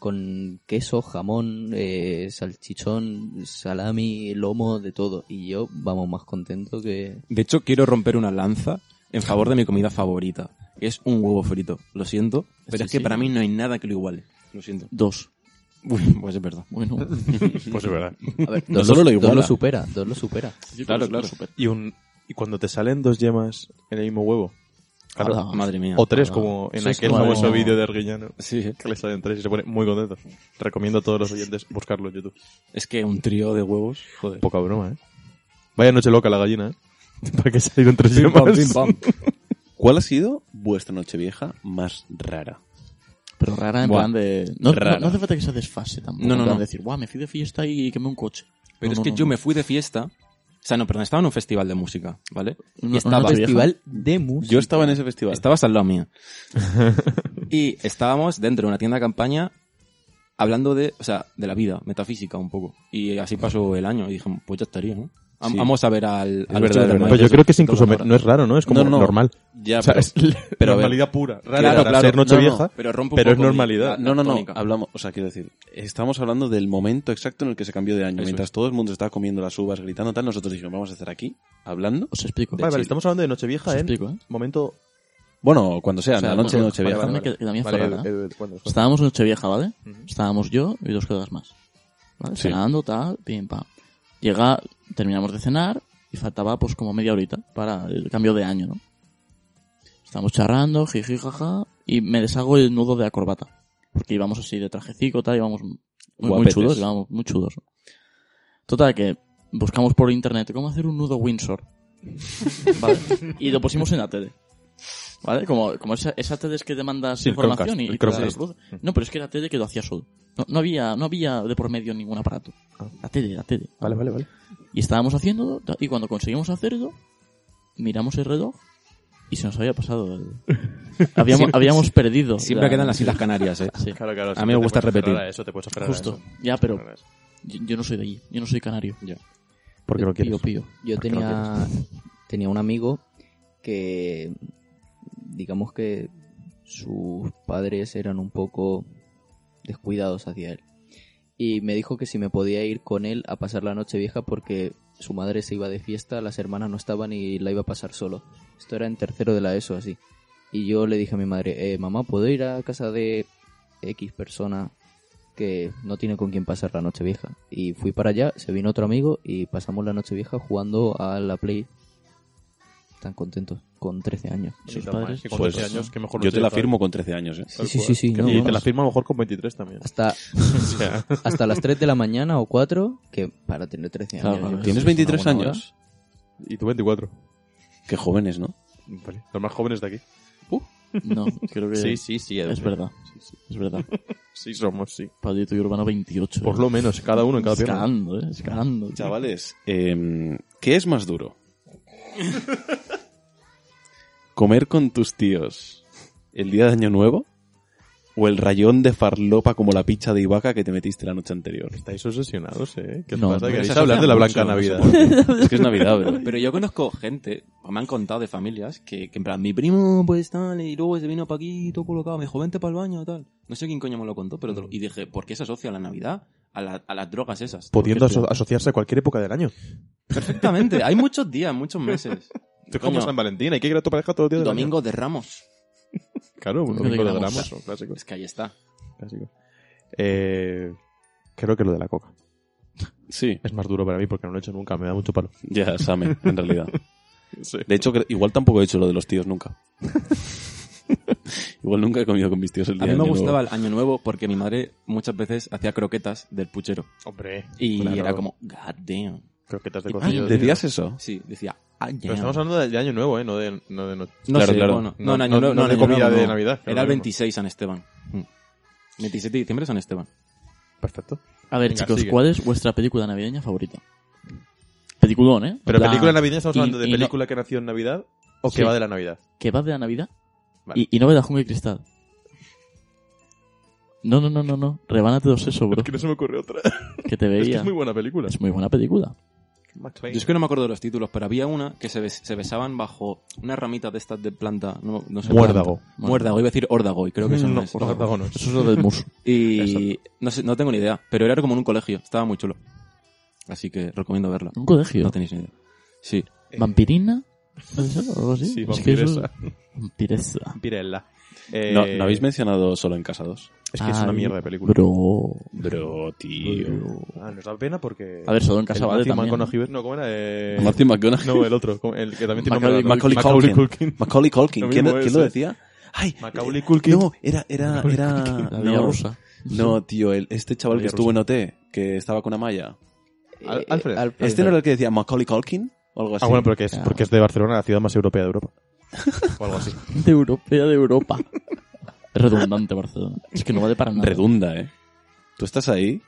F: con queso, jamón, eh, salchichón, salami, lomo, de todo. Y yo, vamos, más contento que...
H: De hecho, quiero romper una lanza en favor de mi comida favorita. que Es un huevo frito. Lo siento, pero
A: Sí,
H: es que
A: sí.
H: para mí no hay nada que lo iguale. Lo siento.
A: Dos.
H: Uy, pues es verdad.
A: Bueno.
E: Pues es verdad.
F: A ver,
G: No
F: dos,
G: solo lo
F: dos
G: iguala.
F: supera, dos lo supera.
H: Claro, claro.
E: Y, un, y cuando te salen dos yemas en el mismo huevo. Claro.
A: Ala.
H: Madre mía.
E: O tres,
H: Ah,
E: como en
H: eso es
E: aquel
H: como-
E: famoso vídeo de Arguiñano.
H: Sí, sí.
E: Que le salen tres y se pone muy contento. Recomiendo a todos los oyentes buscarlo en YouTube.
H: es que un trío de huevos, joder.
E: Poca broma, ¿eh? Vaya noche loca la gallina, ¿eh? Para que salieron tres
H: Pim, pam, pim,
E: yemas.
H: pam.
G: ¿Cuál ha sido vuestra nochevieja más rara?
A: Pero rara en
H: Buah,
A: plan de... No, no-
G: rara.
A: no hace falta que sea desfase tampoco.
H: No, no,
A: en plan
H: no.
A: de decir, guau, me fui de fiesta y quemé un coche.
H: Pero
A: No,
H: es
A: no,
H: que
A: no,
H: yo
A: no.
H: me fui de fiesta. O sea, no, perdón, estaba en un festival de música, ¿vale?
A: Una-
H: y
A: una
H: estaba,
A: noche vieja.
F: Festival de música.
G: Yo estaba en ese festival.
H: Estabas al lado mío. y estábamos dentro de una tienda de campaña hablando de, o sea, de la vida, metafísica un poco. Y así pasó el año y dije, pues ya estaría, ¿no? Am-
G: Sí.
H: Vamos a ver al...
G: verdad,
H: al Ocho de
G: es verdad.
H: Mayo.
E: Pues yo creo que es incluso...
H: Todo
E: me-
H: mejor.
E: No es raro, ¿no? Es como
G: No, no.
E: normal.
G: Ya,
E: O sea,
G: pero-
E: es
H: Ah, pero a ver.
E: normalidad pura. Rara
H: Claro,
E: para
H: claro.
E: ser noche
G: No, no.
E: vieja.
H: Pero rompo un
E: Pero es
H: poco mi-
E: normalidad.
H: la-
G: No, no,
H: la
G: no.
H: tónica.
G: Hablamos, o sea, quiero decir, estamos hablando del momento exacto en el que se cambió de año.
H: Eso
G: Mientras todo el mundo estaba comiendo las uvas, gritando tal, nosotros dijimos, vamos a estar aquí, hablando.
A: Os explico. eh,
E: Vale, vale, estamos hablando de noche
A: Os
E: vieja, ¿eh?
A: explico, ¿eh?
E: Momento...
G: Bueno, cuando sea,
A: O sea,
G: la noche
A: bueno,
G: nochevieja.
A: vale,
E: vale,
A: que- que también fue
E: Vale,
A: rara.
E: Edu, Edu, Edu,
G: Pues
E: cuéntanos, cuéntanos.
A: Estábamos en Nochevieja, ¿vale?
E: Ujú.
A: Estábamos yo y dos colegas más. ¿Vale?
G: Sí.
A: Cenando, tal, pim, pam. Llega, terminamos de cenar y faltaba pues como media horita para el cambio de año, ¿no? Estábamos charrando, jiji, jaja, y me deshago el nudo de la corbata. Porque íbamos así de trajecico, tal, íbamos muy, muy
G: Guapetes.
A: chudos, íbamos muy chudos. Total, que buscamos por internet cómo hacer un nudo Windsor. ¿Vale? Y lo pusimos en la tele. ¿Vale? Como, como esa, esa tele es que te mandas
E: Sí, el
A: información
E: Chromecast,
A: y,
E: el
A: y te la
E: Chromecast.
A: reproduce. No, pero es que la tele que lo hacía solo. No, no había, no había de por medio ningún aparato.
E: Ah.
A: La tele, la tele.
E: Vale, vale, vale.
A: Y estábamos haciéndolo, ta- y cuando conseguimos hacerlo, miramos el reloj y se nos había pasado el... habíamos,
H: Siempre-
A: habíamos perdido.
H: Siempre
A: la-
H: quedan las Islas Canarias, ¿eh?
A: Sí,
E: Claro, claro.
H: A
E: sí,
H: mí me
E: te
H: gusta
E: puedes aferrar
H: repetir.
E: a Eso te puedes aferrar a
A: justo.
E: eso.
A: Ya, Ah, pero
E: Aferrar a eso.
A: yo, yo no soy de allí. Yo no soy canario.
E: Porque
A: Pío,
E: no quieres.
A: pío.
F: Yo
E: ¿Por qué no
F: tenía, tenía un amigo que, digamos que sus padres eran un poco descuidados hacia él. Y me dijo que si me podía ir con él a pasar la noche vieja porque su madre se iba de fiesta, las hermanas no estaban y la iba a pasar solo. Esto era en tercero de la ESO, así. Y yo le dije a mi madre, eh, mamá, ¿puedo ir a casa de X persona que no tiene con quién pasar la noche vieja? Y fui para allá, se vino otro amigo y pasamos la noche vieja jugando a la Play. Tan contentos, con 13 años.
A: Sus
E: Ni tan
A: padres.
E: mal, que con
G: Pues,
E: 13 años, que mejor
G: Yo
E: lo
G: te la
E: tiene,
G: firmo con 13 años, ¿eh?
E: tal
F: Sí, sí,
E: cual.
F: sí, sí,
E: Que-
F: no,
E: y te la
F: vamos.
E: firmo a lo mejor con 23 también.
F: Hasta,
E: O sea,
F: hasta las 3 de la mañana o 4, que para tener 13 años.
A: Claro,
F: yo creo que
G: ¿Tienes
F: es una
G: 23
F: buena hora.
G: años?
E: y tú 24.
G: Qué jóvenes, ¿no?
E: Vale, los más jóvenes de aquí.
A: No, creo que
E: sí, sí.
A: es verdad. Es verdad.
E: Sí, somos, sí.
A: Pablito y Urbano 28.
E: Por lo menos, cada uno en cada pierna.
A: Escalando, eh, escalando. tío.
G: Chavales, em, ¿qué es más duro? ¿Comer con tus tíos el día de Año Nuevo? ¿O el rayón de farlopa como la picha de Ibaca que te metiste la noche anterior?
E: Estáis obsesionados, ¿eh? ¿Qué os
A: No,
E: pasa?
A: no,
E: ¿Queréis
H: se
E: hablar de la Blanca
H: asocia mucho,
E: Navidad?
G: Es que es Navidad, bro.
H: Pero yo conozco gente, o me han contado de familias, que, que en plan, mi primo, pues tal, y luego se vino pa' aquí, todo colocado, me dijo, vente para el baño, tal. No sé quién coño me lo contó, pero... te
E: Mm.
H: lo- Y dije, ¿por qué se asocia la Navidad a, la- a las drogas esas?
E: Pudiendo aso- asociarse a cualquier época del año.
H: Perfectamente, hay muchos días, muchos meses.
E: Es como
H: Coño,
E: San Valentín, hay que ir a tu pareja todos los días del año.
H: Domingo de Ramos.
E: Claro, un
A: Domingo
E: domingo
A: de
E: de
A: Ramos.
E: Ramos, un clásico.
H: Es que ahí está.
E: clásico. Eh, creo que lo de la coca.
G: Sí,
E: Es más duro para mí porque no lo he hecho nunca, me da mucho palo.
G: ya, Same, en realidad.
E: Sí.
G: De hecho, cre- igual tampoco he hecho lo de los tíos nunca. igual nunca he comido con mis tíos el
H: A
G: día de
H: mí me
G: Año
H: gustaba
G: Nuevo.
H: el Año Nuevo porque mi madre muchas veces hacía croquetas del puchero.
E: Hombre.
H: Y
E: Claro.
H: era como, god damn.
E: Croquetas de
H: Y-
E: cocina.
G: ¿Decías eso?
H: Sí, decía, ah,
E: Pero estamos hablando de, de año nuevo, ¿eh? No de, no de no-
H: No
G: Claro,
H: sé,
G: claro.
H: bueno,
E: No,
H: no, en
E: no-
H: Año Nuevo.
E: no
H: en
E: de
H: Año
E: comida
H: Nuevo
E: de
H: no.
E: Navidad, que lo
H: Era el
E: mismo.
H: 26 San Esteban. Mm. 27 de diciembre San Esteban.
E: Perfecto.
A: A ver,
E: Venga,
A: chicos,
E: sigue.
A: ¿cuál es vuestra película navideña favorita? Peliculón, ¿eh?
E: Pero
A: La-
E: película navideña, ¿estamos
A: y-
E: hablando de
A: y no-
E: película que nació en Navidad o que
A: Sí.
E: va de la Navidad?
A: Que va de la Navidad
E: Vale.
A: y, y no me da jungla y cristal. No, no, no, no, no. Rebánate dos eso, bro.
E: Es que no se me ocurre otra.
A: Que te
E: Es que
A: veía.
E: es muy buena película.
A: Es muy buena película.
H: Yo es que no me acuerdo de los títulos, pero había una que se, bes- se besaban bajo una ramita de estas de planta. No, no sé
E: Muérdago.
H: planta. Muérdago, iba a decir órdago, y creo que eso no,
E: No,
H: es.
E: Muérdago no.
A: Eso es lo del mus.
H: Y no, sé, no tengo ni idea, pero era como en un colegio, estaba muy chulo. Así que recomiendo verla.
A: Un colegio.
H: No tenéis ni idea. Sí,
A: ¿Vampirina? ¿Puede ser? ¿O algo así?
E: Sí,
A: Es que eso es-
E: vampiresa.
A: Vampiresa.
E: Pirella. Eh,
G: No, ¿no habéis mencionado solo en casados?
E: Es que es una
A: Ay,
E: mierda de película.
A: Bro.
G: Bro, tío.
E: Ah, nos da pena porque...
A: A ver, Sodom Casa
E: el
A: vale
E: Matthew
A: también.
E: McConaughey- No, ¿cómo era? Eh,
G: Matthew McConaughey.
E: No, el otro. como- El que también tiene
A: Macaulay-
E: nombre de
G: Macaulay
E: actor.
G: Culkin.
E: Culkin.
G: Macaulay Culkin.
E: Lo
G: ¿Quién,
E: mismo
G: quién
E: eso
G: lo
E: es.
G: decía? Ay,
E: Macaulay
G: eh,
E: Culkin.
G: No, era, era, era.
A: La vía
G: no,
A: rusa.
G: no, tío, el- este chaval
E: La
G: que
E: vía
G: estuvo en OT, que estaba con Amaya.
E: Al-
F: Eh,
E: Alfred.
G: ¿Este no era el que decía Macaulay Culkin? O algo así.
E: Ah, bueno, pero que es,
A: Claro.
E: porque es de Barcelona, la ciudad más europea de Europa. O algo así.
A: De europea de Europa. Es redundante, Barcelona. Es que no vale para nada.
G: Redunda, ¿eh? Tú estás ahí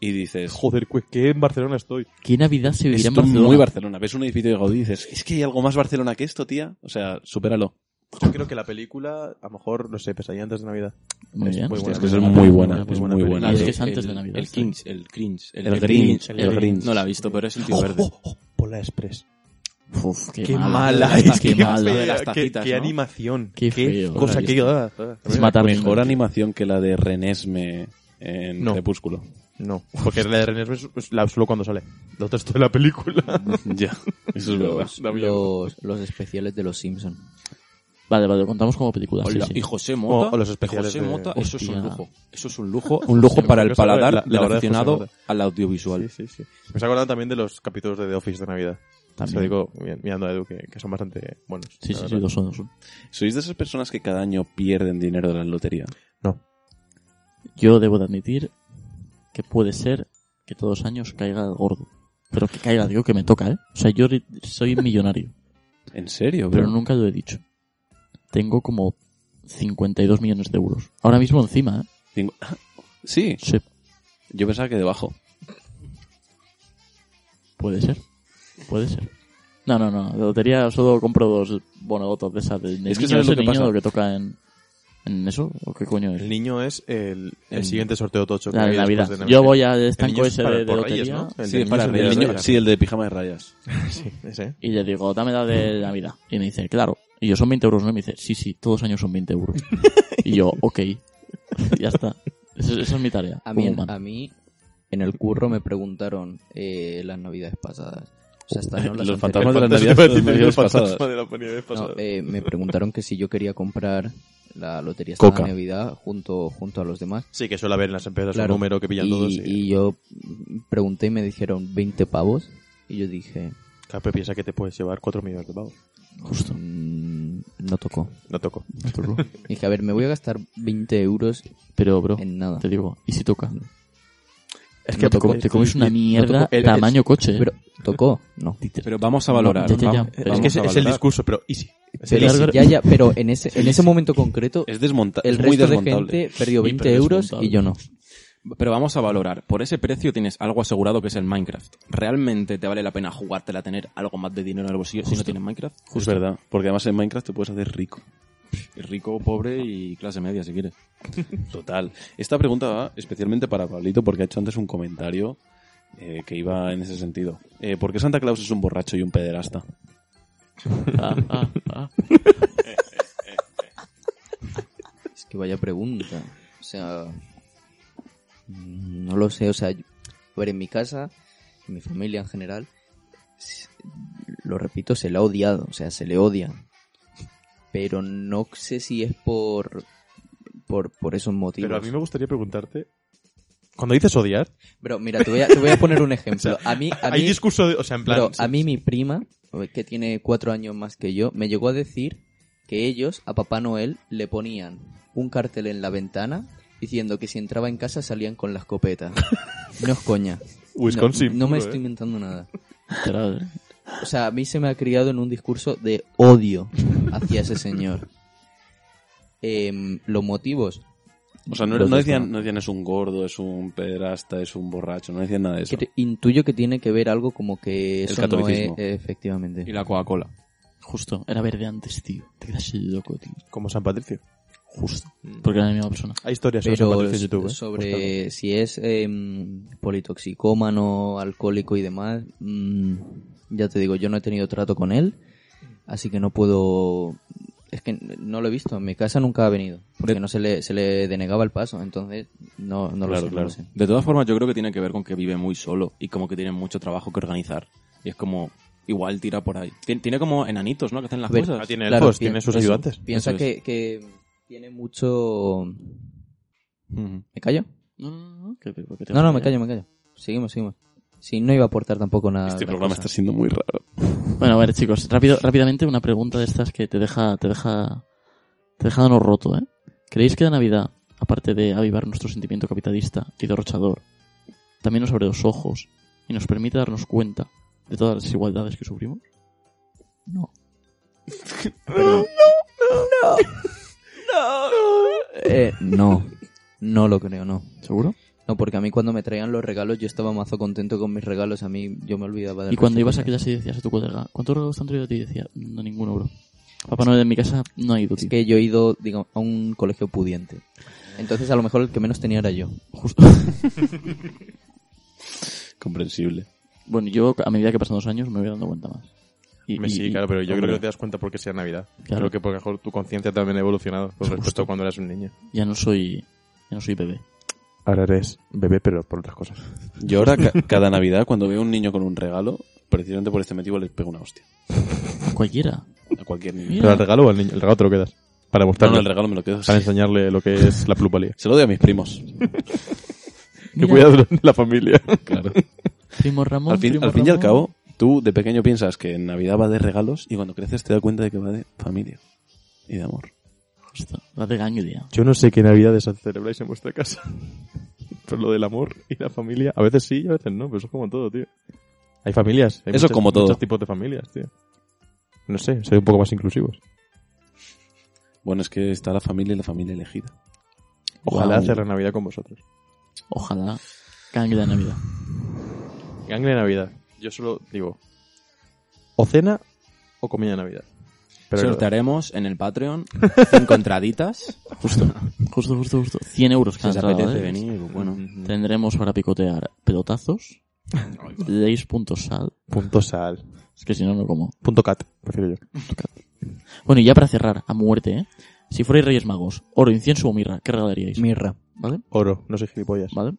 G: y dices, joder,
E: Joder, pues que en Barcelona estoy.
A: ¿Qué Navidad se vivirá en
G: esto es
A: Barcelona?
G: muy Barcelona. Ves un edificio de Gaudí y dices, es que hay algo más Barcelona que esto, tía. O sea, supéralo.
E: Yo creo que la película, a lo mejor, no sé, pesadilla antes de Navidad.
A: Muy bien.
G: Es
E: Hostia, es
G: que
E: que
G: es
E: es
G: muy
A: película,
G: buena, es
E: es
G: muy
E: buena
G: buena.
A: Ah, es
H: El-
A: que es antes
H: el-
A: de Navidad,
H: El
A: sí.
H: Grinch, el Grinch, el,
G: El
H: el
G: Grinch, el Grinch.
H: No la he visto, pero es el tío
E: Oh,
H: verde.
E: oh, oh, Pola Express.
A: Uf, qué,
E: Qué
A: mala.
E: mala, es
A: qué
E: que
A: mala.
H: De las
E: Qué-
H: tacitas,
E: qué
H: ¿no?
E: animación.
A: Qué feo.
E: cosa
A: Ahí
E: que
A: está.
E: yo.
A: Es matar
G: Mejor
A: niños.
G: animación que la de Renesme en
E: No.
G: Crepúsculo.
E: No, porque la de René es es la solo cuando sale. Lo otro es toda la película.
G: ya, eso es verdad.
F: los, los, los especiales de los Simpsons.
A: Vale, vale, lo contamos como película. sí,
H: Hola,
A: sí.
H: Y José Mota,
E: O- o los especiales
H: José
E: de-
H: Mota, eso es un
A: Hostia.
H: lujo. Eso es un lujo.
G: Un lujo
H: para el
E: Yo sabré
H: paladar
E: la- la
H: del
E: hora de José
H: aficionado
E: Mota.
H: al audiovisual.
E: Sí, sí, sí. Me he acordado también de los capítulos de The Office de Navidad.
A: También.
E: Se digo, mi- mirando a Edu, que, que son bastante buenos.
A: Sí, sí,
E: la
A: sí,
E: verdad.
A: dos son, dos son.
G: ¿Sois de esas personas que cada año pierden dinero de la lotería?
A: Yo debo de admitir que puede ser que todos los años caiga gordo. Pero que caiga, digo que me toca, ¿eh? O sea, yo ri- soy millonario,
G: ¿En serio? bro?
A: pero nunca lo he dicho. Tengo como 52 millones de euros. Ahora mismo encima, ¿eh?
G: Cinco- Sí,
A: Sí,
G: yo pensaba que debajo.
A: puede ser. Puede ser. No, no, no. La lotería solo compro dos bonobotos de esas. De, de
G: Es que
A: niño,
G: ¿sabes lo
A: ese
G: que
A: niño
G: pasa?
A: que toca en... ¿En eso? ¿O qué coño es?
E: El niño es el, el
A: El-
E: siguiente sorteo tocho. que
A: La de
E: hay después
A: Navidad.
E: de
A: Yo voy al
E: El niño
A: estanco
E: es
A: ese
E: para-
A: de, de
E: por
A: lotería
E: Reyes, ¿no? El
G: Sí,
E: niño
G: para
E: es el
G: el,
E: de
G: niño-
E: Reyes.
G: sí, el de pijama de rayas.
E: Sí, ese.
A: y le digo, dame la
E: Mm.
A: de Navidad. Y me dice, claro. Y yo, son 20 euros, ¿no? Y me dice, sí, sí, todos los años son 20 euros. y yo, ok. ya está. Eso- Esa es mi tarea.
F: A mí,
A: como humano.
F: a mí, en el curro me preguntaron eh, las navidades pasadas. O sea, esta no, las
G: Los
F: anteriores.
G: fantasmas de la
E: Fantasma
G: Navidad
E: de
G: de
E: la
G: las Navidades
E: Fantasma
G: pasadas.
E: de la Navidad
F: No,
E: pasada.
F: eh, me preguntaron que si yo quería comprar la lotería esta
E: Coca.
F: Navidad junto, junto a los demás.
E: Sí, que suele haber en las empresas
F: Claro.
E: un número que pillan
F: y,
E: todos.
F: y yo pregunté y me dijeron 20 pavos. Y yo dije,
E: Claro, pero piensa que te puedes llevar 4 millones de pavos.
F: justo, "Mm, no tocó.
E: No toco.
F: Dije, a ver, me voy a gastar 20 euros
A: Pero, bro,
F: en Mm. nada.
A: te digo, ¿y si toca?
E: Es
A: No te, com- te comes una mierda
E: el- el-
A: tamaño coche. ¿eh?
F: Pero, ¿tocó? No.
H: Pero vamos a valorar.
A: Ya, ya, ya.
H: vam-
A: Es que
E: Es
H: vamos
E: que es,
H: a
E: es el
H: valorar.
E: discurso, pero easy.
F: Pero, sí, ya, ya, pero en ese, en ese momento concreto,
G: Es desmontable.
F: el
G: Es muy
F: resto de
G: desmontable.
F: gente perdió 20
A: Hiper
F: euros y yo no.
H: Pero vamos a valorar. Por ese precio tienes algo asegurado que es el Minecraft. ¿Realmente te vale la pena jugártela a tener algo más de dinero en el bolsillo si no tienes Minecraft?
G: Es verdad. Porque además en Minecraft te puedes hacer rico.
H: Rico, pobre y clase media, si quieres.
G: Total. Esta pregunta va especialmente para Pablito porque ha hecho antes un comentario eh, que iba en ese sentido. Eh, ¿Por qué Santa Claus es un borracho y un pederasta?
F: Es que vaya pregunta. O sea, mm, no lo sé. O sea, yo- a ver, en mi casa, en mi familia en general, s- lo repito, se le ha odiado. O sea, se le odia. Pero no sé si es por, por, por esos motivos.
E: Pero a mí me gustaría preguntarte. Cuando dices odiar,
F: Bro, mira, te voy a, te voy a poner un ejemplo. a mí, a
E: hay
F: mí-
E: discurso de. O sea, en plan.
F: Pero a mí mi prima, eh, que tiene cuatro años más que yo, me llegó a decir que ellos a Papá Noel le ponían un cartel en la ventana diciendo que si entraba en casa salían con la escopeta. No es coña.
E: Wisconsin.
F: No, no
E: puro,
F: me estoy
E: ¿eh?
F: inventando nada.
A: Literal, ¿eh?
F: O sea, a mí se me ha criado en un discurso de odio hacia ese señor. Em, los motivos.
G: O sea, no,
F: Los
G: no decían,
F: desconozco.
G: no decían es un gordo, es un pederasta, es un borracho, no decían nada de eso.
F: Cre- Intuyo que tiene que ver algo como que
G: El
F: eso
G: catolicismo.
F: no es efectivamente.
H: Y la Coca-Cola.
A: Justo, era verde antes, tío. Te quedas loco, tío.
E: Como San Patricio.
A: Justo. Porque era la misma persona.
E: Hay historias sobre San
F: pero
E: Patricio en YouTube. ¿eh?
F: sobre
E: Búscalo.
F: si es eh, politoxicómano, alcohólico y demás, mm, ya te digo, yo no he tenido trato con él, así que no puedo... Es que no lo he visto, en mi casa nunca ha venido, porque no se le, se le denegaba el paso, entonces no, no, lo, sé,
G: Claro,
F: no
G: claro.
F: lo sé.
H: De todas formas, yo creo que tiene que ver con que vive muy solo y como que tiene mucho trabajo que organizar. Y es como, igual tira por ahí. Tien- tiene como enanitos, ¿no? Que hacen las
F: A ver,
H: cosas.
E: Ah, tiene
F: Claro,
E: elfos,
F: bien,
E: tiene sus
F: eso.
E: ayudantes.
F: Piensa
H: Eso
F: que, que tiene mucho...
G: Mm.
H: Ujú.
F: ¿Me callo?
A: No, no, no.
F: No, no, me callo, me callo. Seguimos, seguimos. Sí, no iba a aportar tampoco nada.
G: Este
F: la
G: programa
F: cosa.
G: está siendo muy raro.
A: Bueno, a ver, chicos, rápido, rápidamente una pregunta de estas que te deja, te deja, te deja danos roto, ¿eh? ¿Creéis que la Navidad, aparte de avivar nuestro sentimiento capitalista y derrochador, también nos abre los ojos y nos permite darnos cuenta de todas las desigualdades que sufrimos? No. Pero-
F: Eh, no, no lo creo, no.
A: ¿Seguro?
F: No, porque a mí cuando me traían los regalos yo estaba mazo contento con mis regalos, a mí yo me olvidaba de
A: Y cuando ibas a clase y decías a tu colega, ¿cuántos regalos te han traído a ti? Y decía, no, ninguno, bro. Papá Noel en mi casa no ha ido,
F: Es
A: tío.
F: que yo he ido, digo, a un colegio pudiente. Entonces a lo mejor el que menos tenía era yo.
A: Justo.
G: Comprensible.
A: Bueno, yo a medida que pasan los años me voy dando cuenta más. Y-
E: Me-
A: y-
E: sí,
A: y-
E: claro, pero yo creo
A: hombre,
E: que te das cuenta porque sea Navidad.
A: Claro.
E: Creo que por lo mejor tu conciencia también ha evolucionado con respecto a cuando eras un niño.
A: ya no soy, ya no soy bebé.
E: Ahora eres bebé, pero por otras cosas.
G: Yo ahora ca- cada Navidad cuando veo a un niño con un regalo, precisamente por este motivo le pego una hostia.
A: Cualquiera.
G: A cualquier niño.
E: ¿Pero el regalo o el niño? El regalo te lo quedas. Para
G: No,
E: mostrarle,
G: no, el regalo me lo quedo.
E: para enseñarle lo que es la plusvalía.
G: Se lo doy a mis primos.
E: Que
A: Mira,
E: cuidado de la familia.
G: Claro.
A: Primo Ramón.
G: al fin,
A: primo
G: al fin y
A: Ramón.
G: al cabo, tú de pequeño piensas que en Navidad va de regalos y cuando creces te das cuenta de que va de familia y de amor.
A: Justo, la de ganglia.
E: Yo no sé qué navidades celebráis en vuestra casa. Pero lo del amor y la familia, a veces sí y a veces no, pero eso es como todo, tío. Hay familias. Hay
G: Eso
E: muchas-
G: como todo.
E: Muchos tipos de familias, tío. No sé, soy un poco más inclusivos.
G: Bueno, es que está la familia y la familia elegida.
E: Ojalá
A: Guau.
E: hacer la Navidad con vosotros.
A: Ojalá. Ganglia de Navidad.
E: Gangle de Navidad. Yo solo digo, o cena o comida de Navidad. Pero
H: Sortearemos en el Patreon cinco entraditas.
A: Justo, justo, justo, justo. 100 euros
H: Si
A: cada
H: os
A: entrada,
H: apetece
A: ¿eh?
H: venir, bueno.
A: Tendremos para picotear pelotazos, leis.sal,
E: punto sal.
A: es que si no, no como.
E: Punto cat, prefiero yo.
A: Bueno, y ya para cerrar, a muerte, ¿eh? Si fuerais Reyes Magos, oro, incienso o mirra, ¿qué regalaríais?
F: Mirra.
A: ¿Vale?
E: Oro, no soy gilipollas.
A: ¿Vale?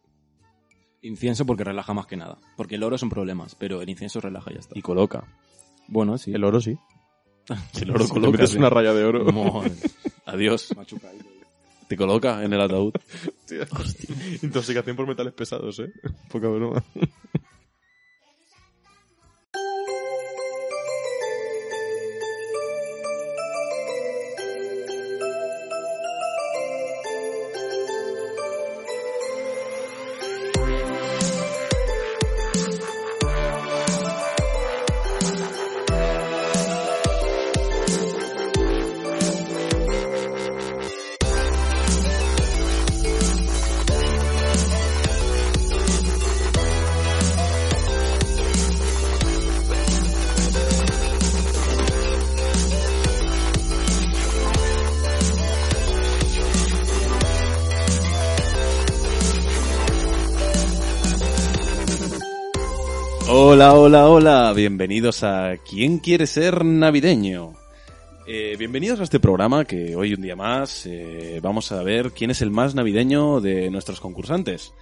H: Incienso porque relaja más que nada. Porque el oro son problemas, pero el incienso relaja y ya está.
G: Y coloca.
H: bueno, sí.
E: El oro sí.
G: El oro
H: Sí,
G: coloca.
H: metes
G: sí.
H: una
E: raya de oro.
H: Madre.
G: Adiós.
H: Machuca ahí.
G: Te coloca en el ataúd.
E: Intoxicación por metales pesados, ¿eh? Poca broma.
G: Hola, hola, hola. Bienvenidos a ¿Quién quiere ser navideño? Eh, bienvenidos a este programa que hoy un día más eh, vamos a ver quién es el más navideño de nuestros concursantes.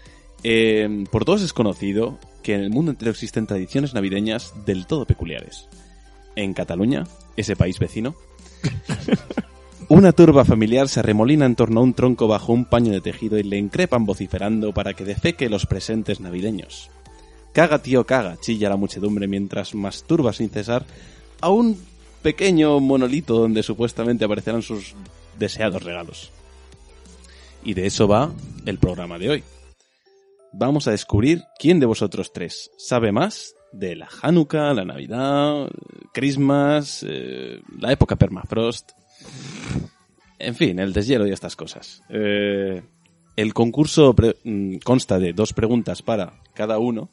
G: Eh, por todos es conocido que en el mundo entero existen tradiciones navideñas del todo peculiares. En Cataluña, ese país vecino, una turba familiar se arremolina en torno a un tronco bajo un paño de tejido y le increpan vociferando para que defeque los presentes navideños. Caga tío caga, chilla la muchedumbre mientras masturba sin cesar a un pequeño monolito donde supuestamente aparecerán sus deseados regalos. Y de eso va el programa de hoy. Vamos a descubrir quién de vosotros tres sabe más de la Hanukkah, la Navidad, Christmas, eh, la época permafrost, en fin, el deshielo y estas cosas. Eh, el concurso pre- mm, consta de dos preguntas para cada uno.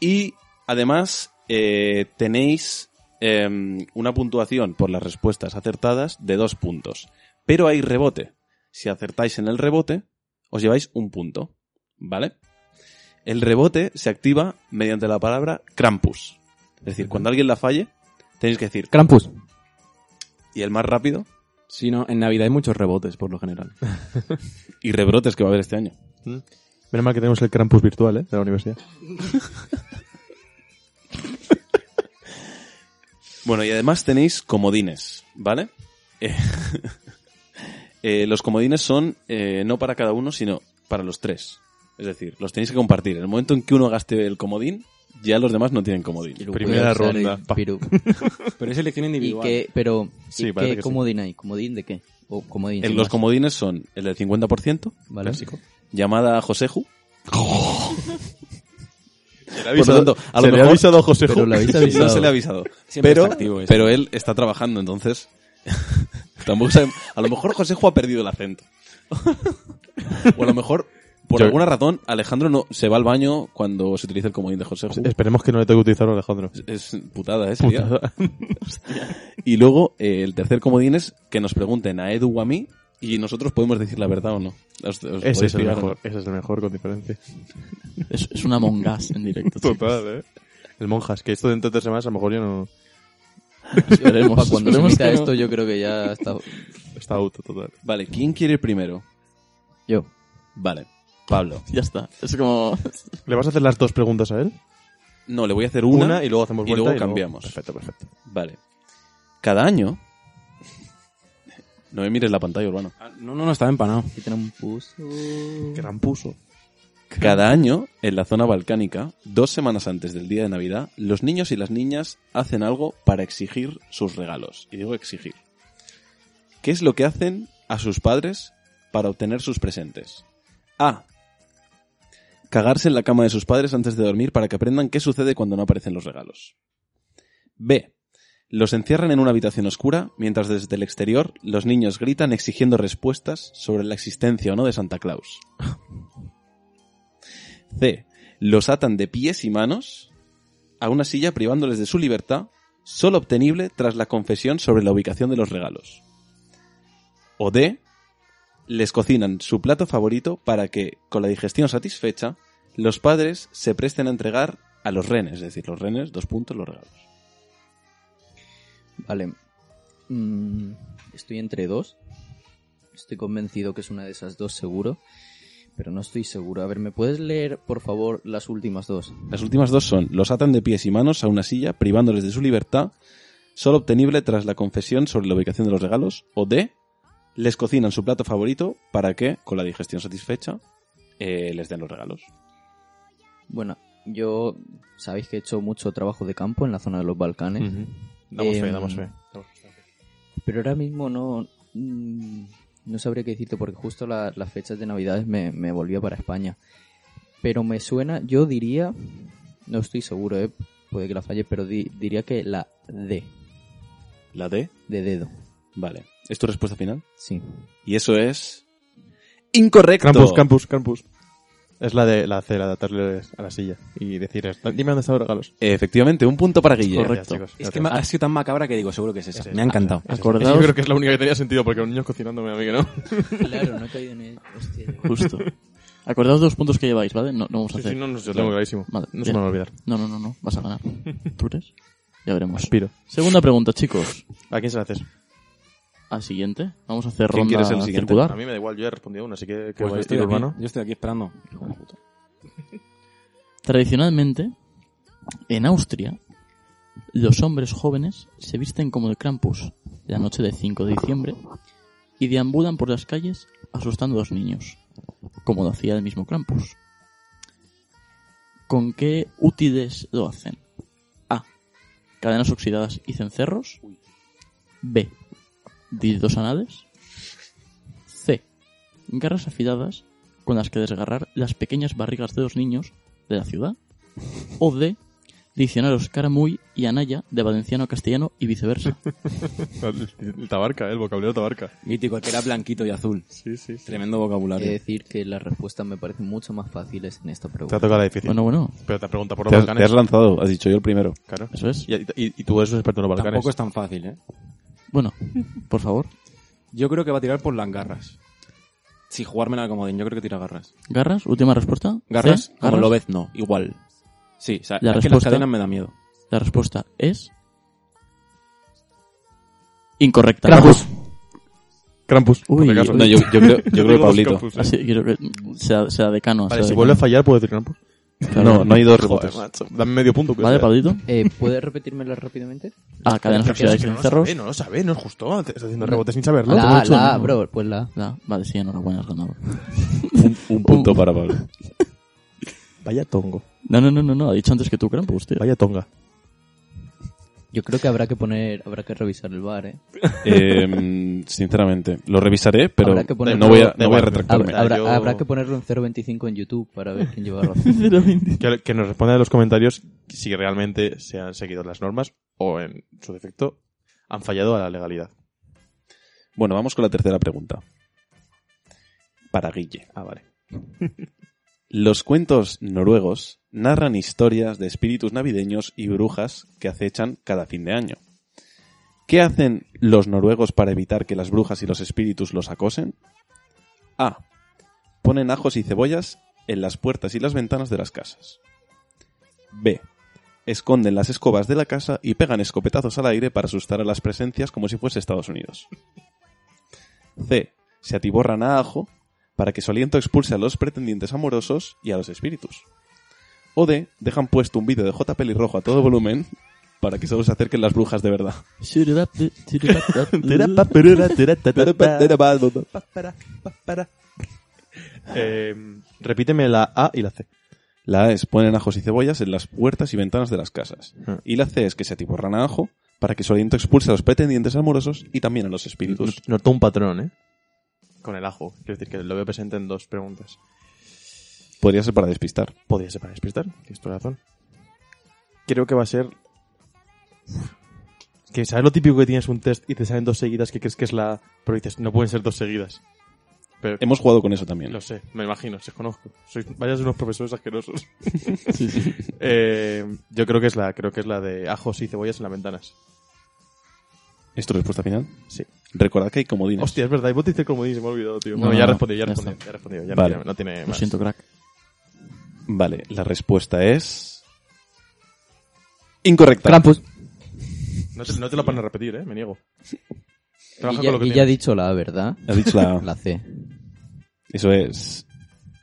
G: Y además eh, tenéis em, una puntuación por las respuestas acertadas de dos puntos. Pero hay rebote. Si acertáis en el rebote, os lleváis un punto. ¿Vale? El rebote se activa mediante la palabra Krampus. Es decir, cuando alguien la falle, tenéis que decir
F: Krampus.
G: y el más rápido
H: Sí, no, en Navidad hay muchos rebotes por lo general.
G: y rebrotes que va a haber este año.
E: Menos mal que tenemos el Krampus virtual, ¿eh? De la universidad.
G: Bueno, y además tenéis comodines, ¿vale? Eh, eh, los comodines son eh, no para cada uno, sino para los tres. Es decir, los tenéis que compartir. En el momento en que uno gaste el comodín, ya los demás no tienen comodín. Eh,
E: Primera
F: puede usar
E: ronda,
F: el
E: pa.
F: Perú.
H: Pero es elección
F: ¿Y
H: individual.
F: qué, Eh, pero, ¿y
E: Sí, parece
F: qué
E: que sí.
F: comodín hay? ¿Comodín de qué? O comodín.
G: El-
F: sin
G: los
F: más.
G: comodines son el del 50%,
F: Vale.
G: llamada a Joseju.
E: Se
G: avisado-
E: a
G: se
E: lo
G: le ha
E: mejor,
G: avisado
E: a José
F: Pero Ju. le habéis
G: Sí, No
F: avisado.
G: se le ha avisado.
H: Siempre
G: Pero,
H: está activo ese.
G: pero él está trabajando, entonces. tampoco sabe- A lo mejor Josejo ha perdido el acento. o a lo mejor, por
E: Yo-
G: alguna razón, Alejandro no se va al baño cuando se utiliza el comodín de Josejo.
E: Esperemos que no le tenga que utilizarlo a Alejandro.
G: Es putada, ¿eh? sería. Y luego, eh, el tercer comodín es que nos pregunten a Edu o a mí y nosotros podemos decir la verdad o no. Os- os
E: Ese
G: podéis
E: es el
G: fijar.
E: mejor, ese es el mejor con diferencia.
A: Es, es una mongas en directo. chicos.
E: ¿eh? El Monjas, que esto dentro de tres semanas a lo mejor yo no...
F: Pa'
A: Esperemos,
F: cuando se
A: esperemos
F: emita
A: que no.
F: esto, yo creo que ya está.
E: Está auto total.
G: Vale, ¿quién quiere ir primero?
F: Yo.
G: Vale, Pablo.
A: Ya está. Es como...
E: ¿Le vas a hacer las dos preguntas a él?
G: No, le voy a hacer una.
E: y luego hacemos
G: y
E: vuelta
G: luego cambiamos.
E: Perfecto, perfecto.
G: Vale. Cada año. No me mires la pantalla, Urbano.
H: Ah, No, no, no, estaba empanado.
F: Aquí tenemos un pus.
E: Gran puso.
G: Cada año, en la zona balcánica, dos semanas antes del día de Navidad, los niños y las niñas hacen algo para exigir sus regalos. Y digo exigir. ¿Qué es lo que hacen a sus padres para obtener sus presentes? A. Cagarse en la cama de sus padres antes de dormir para que aprendan qué sucede cuando no aparecen los regalos. B. Los encierran en una habitación oscura mientras desde el exterior los niños gritan exigiendo respuestas sobre la existencia o no de Santa Claus. C. Los atan de pies y manos a una silla privándoles de su libertad, solo obtenible tras la confesión sobre la ubicación de los regalos. O D. Les cocinan su plato favorito para que, con la digestión satisfecha, los padres se presten a entregar a los renes, es decir, los renes, dos puntos, los regalos.
F: Vale. Mm, estoy entre dos. Estoy convencido que es una de esas dos seguro. pero no estoy seguro. A ver, ¿me puedes leer, por favor, las últimas dos?
G: Las últimas dos son, los atan de pies y manos a una silla, privándoles de su libertad, solo obtenible tras la confesión sobre la ubicación de los regalos, o D, les cocinan su plato favorito para que, con la digestión satisfecha, eh, les den los regalos.
F: Bueno, yo sabéis que he hecho mucho trabajo de campo en la zona de los Balcanes,
E: Damos
F: Em,
E: fe, damos fe.
F: pero ahora mismo no, mm, no sabría qué decirte porque justo la- las fechas de Navidades me, me volvía para España. Pero me suena, yo diría, no estoy seguro, eh, puede que la falle, pero di- diría que la D,
G: La D,
F: de dedo,
G: vale. ¿Es tu respuesta final?
F: sí.
G: Y eso es... Incorrecto.
E: Campus, campus, campus. Es la de la C, la de atarles a la silla y decir, "Está- dime dónde están los regalos.
G: Efectivamente, un punto para Guille.
E: Gracias, chicos.
H: Ah, Es
E: Ya
H: que
E: te-
H: me ha ha sido tan macabra que digo, seguro que es esa.
E: Ese es.
H: Me ha encantado.
E: Ese es-
A: Acordaos-
E: Yo creo que es la única que tenía sentido porque los niños cocinándome a mí que no.
F: Claro, no he caído en él. Hostia,
A: Justo. Acordaos de los puntos que lleváis, ¿vale? No, no vamos a
E: Sí,
A: hacer.
E: sí, no, no, yo tengo clarísimo.
A: Vale,
E: no se
A: bien.
E: me va a olvidar.
A: No, no, no, no. Vas a ganar. ¿Tú crees? Ya veremos.
E: Aspiro.
A: Segunda pregunta, chicos.
E: ¿A quién se la haces?
A: Al siguiente. Vamos a hacer
G: ¿Quién
A: ronda
G: quiere ser el siguiente?
E: A
A: circular.
E: mí me da igual, yo ya he respondido una, así que... que
H: Pues yo,
E: vaya
H: estoy
E: estilo
H: aquí,
E: urbano.
H: yo estoy aquí esperando.
A: Tradicionalmente, en Austria, los hombres jóvenes se visten como de Krampus la noche del 5 de diciembre y deambulan por las calles asustando a los niños, como lo hacía el mismo Krampus. ¿Con qué útiles lo hacen? A. Cadenas oxidadas y cencerros. B. Dildos anales. C. Garras afiladas con las que desgarrar las pequeñas barrigas de los niños de la ciudad. O D. Diccionarios Caramuy y Anaya de valenciano a castellano y viceversa.
E: El, el tabarca, ¿eh? el vocabulario tabarca.
H: Mítico, el que era blanquito y azul.
E: Sí, sí.
H: Tremendo
F: He de
H: vocabulario.
F: decir que las respuestas me parecen mucho más fáciles en esta
E: Te ha
F: pregunta.
E: tocado la difícil.
A: Bueno, bueno,
E: Pero te pregunta por los
G: Te has, te has
E: volcanes.
G: lanzado, has dicho yo el primero.
E: Claro.
A: eso es.
E: Y, y, y tú eres un experto en los volcanes.
H: Tampoco es tan fácil, ¿eh?
A: Bueno, por favor,
H: Yo creo que va a tirar por las garras. Si jugármela al comodín, yo creo que tira garras.
A: garras, última respuesta.
H: Garras,
A: C,
H: como lo ves, no. Igual. Sí, o sea,
A: La
H: es que las
A: respuesta-
H: cadenas me da miedo.
A: La respuesta es incorrecta.
E: Krampus.
A: Uy,
E: por acaso.
A: uy.
G: No, yo, yo creo, yo creo que
E: Digo los
G: Pablito. Ah,
E: Krampus, eh.
A: Así que creo que sea, sea decano.
E: Vale, si vuelve a fallar, puedo decir Krampus.
G: No, no hay dos
E: Joder,
G: rebotes.
E: macho. Dame medio punto. que
A: Vale, Ah,
E: sea.
A: Pablito.
F: Eh, ¿Puedes repetírmela rápidamente?
A: A cadenas
E: Pero que no,
A: oxidadas
E: que
A: y
E: no lo
A: cencerros.
E: sabe, No lo sabe, no es justo. Estás haciendo rebotes sin saberlo.
A: te lo he
F: la,
A: dicho,
F: la,
A: no.
F: bro, pues la.
A: Ah, Vale, sí, enhorabuena, has ganado.
G: Un, un punto para Pablo.
E: Vaya tongo.
A: No, no, no, no, no, ha dicho antes que tú, Krampus, tío.
E: Vaya tonga.
F: Yo creo que habrá que poner, habrá que revisar el bar, ¿eh?
G: Eh, sinceramente, lo revisaré, pero
F: Habrá que poner-
G: no voy a,
E: Da
G: no voy a
E: igual,
G: retractarme.
F: Habrá, habrá,
E: Pues yo-
F: habrá que ponerlo en 0.25 en YouTube para ver quién lleva razón.
E: Que, que nos respondan en los comentarios si realmente se han seguido las normas o, en su defecto, han fallado a la legalidad.
G: Bueno, vamos con la tercera pregunta. Para Guille.
E: Ah, vale.
G: Los cuentos noruegos narran historias de espíritus navideños y brujas que acechan cada fin de año. ¿Qué hacen los noruegos para evitar que las brujas y los espíritus los acosen? A. Ponen ajos y cebollas en las puertas y las ventanas de las casas. B. Esconden las escobas de la casa y pegan escopetazos al aire para asustar a las presencias como si fuese Estados Unidos. C. Se atiborran a ajo para que su aliento expulse a los pretendientes amorosos y a los espíritus. O D, dejan puesto un vídeo de J pelirrojo a todo volumen para que solo se acerquen las brujas de verdad.
E: Eh, repíteme la A y la C.
G: La A es ponen ajos y cebollas en las puertas y ventanas de las casas.
E: Ah.
G: Y la C es que se atiborran a ajo para que su aliento expulse a los pretendientes amorosos y también a los espíritus.
E: Notó un patrón, ¿eh? Con el ajo. Quiero decir que lo veo presente en dos preguntas.
G: Podría ser para despistar.
E: Podría ser para despistar, tienes tu razón. Creo que va a ser... Que sabes lo típico que tienes un test y te salen dos seguidas que crees que es la... Pero dices, no pueden ser dos seguidas. Pero
G: Hemos jugado con eso también.
E: Lo sé, me imagino, se conozco. Sois vayas unos profesores asquerosos. Eh, yo creo que es la, creo que es la de ajos y cebollas en las ventanas.
G: ¿Es tu respuesta final?
E: Sí.
G: Recordad que hay comodines.
E: Hostia, es verdad, y vos te dices comodín, se me ha olvidado, tío.
A: No,
E: No, ya
A: no,
E: respondió,
A: ya
E: ya respondió,
A: está.
E: ya respondió, ya
G: Vale.
E: no tiene, no tiene
A: Lo
E: más.
A: siento, crack.
G: Vale, la respuesta es... Incorrecta.
E: No te, no te lo van a repetir, eh, me niego. Trabaja
F: Y ya,
E: con lo que
F: y ya ha
E: tienes.
F: dicho la A, ¿verdad?
G: Has dicho la...
F: La C.
G: Eso es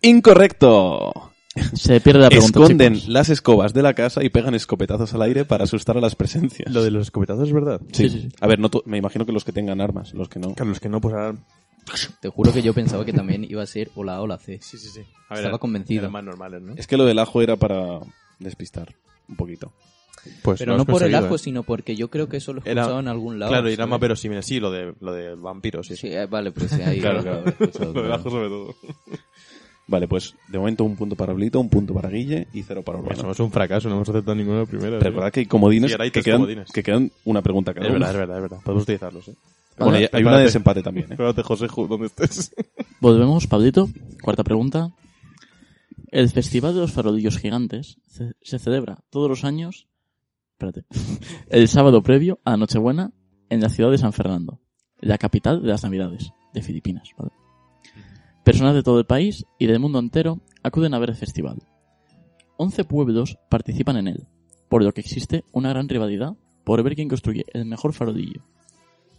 G: Incorrecto.
A: Se pierde la pregunta.
G: Esconden
A: chicos.
G: las escobas de la casa y pegan escopetazos al aire para asustar a las presencias.
E: Lo de los escopetazos es verdad.
A: Sí,
G: Sí.
A: sí, sí.
G: A ver, no to- me imagino que los que tengan armas, los que no.
E: Claro, los que no, pues ahora.
F: Te juro que yo pensaba que también iba a ser o la A o la C.
E: Sí, sí, sí.
F: Estaba convencido.
E: Eran más normales, ¿no?
G: Es que lo del ajo era para despistar un poquito.
E: Pues
F: Pero
E: lo
F: no
E: has
F: por el
E: conseguido,
F: ajo,
E: ¿eh?
F: sino porque yo creo que eso lo he
E: Era-
F: escuchado en algún lado.
E: Claro,
F: y
E: irá más verosímil. Sí, lo de, lo de vampiros, sí.
F: Sí, eh, vale, pues sí, ahí.
G: Claro, claro.
F: lo he
E: Lo
F: escuchado,
E: del
F: claro.
E: ajo sobre todo.
G: Vale, pues de momento un punto para Blito, un punto para Guille y cero para
E: Bueno,
G: Urbano.
E: somos un fracaso, no hemos aceptado ninguna de las primeras. ¿eh?
G: Recordad que hay comodines,
E: Y ahora hay
G: que,
E: tres
G: quedan,
E: comodines.
G: que quedan una pregunta cada
E: Es
G: uno.
E: verdad, es verdad, es verdad. Podemos utilizarlos, ¿eh?
G: Bueno,
E: Vale,
G: hay- hay una de
E: espérate.
G: desempate también. ¿eh?
E: Espérate, José, ju- ¿dónde estés?
A: Volvemos, Pablito. Cuarta pregunta. El Festival de los Farolillos Gigantes ce- se celebra todos los años, espérate, el sábado previo a Nochebuena en la ciudad de San Fernando, la capital de las Navidades, de Filipinas. ¿vale? Personas de todo el país y del mundo entero acuden a ver el festival. Once pueblos participan en él, por lo que existe una gran rivalidad por ver quién construye el mejor farolillo.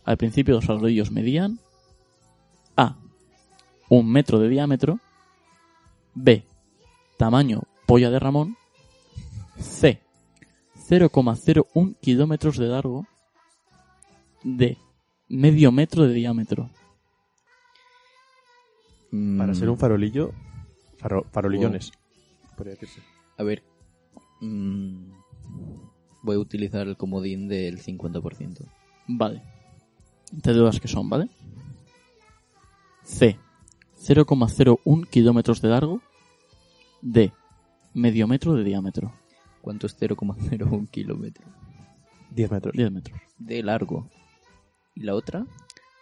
A: Al principio los farolillos medían A un metro de diámetro. B. Tamaño polla de Ramón. C. 0,01 kilómetros de largo. D. Medio metro de diámetro.
F: Mm,
E: Para ser un farolillo, faro- farolillones. Podría decirse.
F: A ver. mm, voy a utilizar el comodín del 50%.
A: Vale. Te doy las que son, ¿vale? C. 0,01 kilómetros de largo. D. Medio metro de diámetro.
F: ¿Cuánto es 0,01 kilómetro?
E: 10 metros.
A: 10 metros.
F: De largo. ¿Y la otra?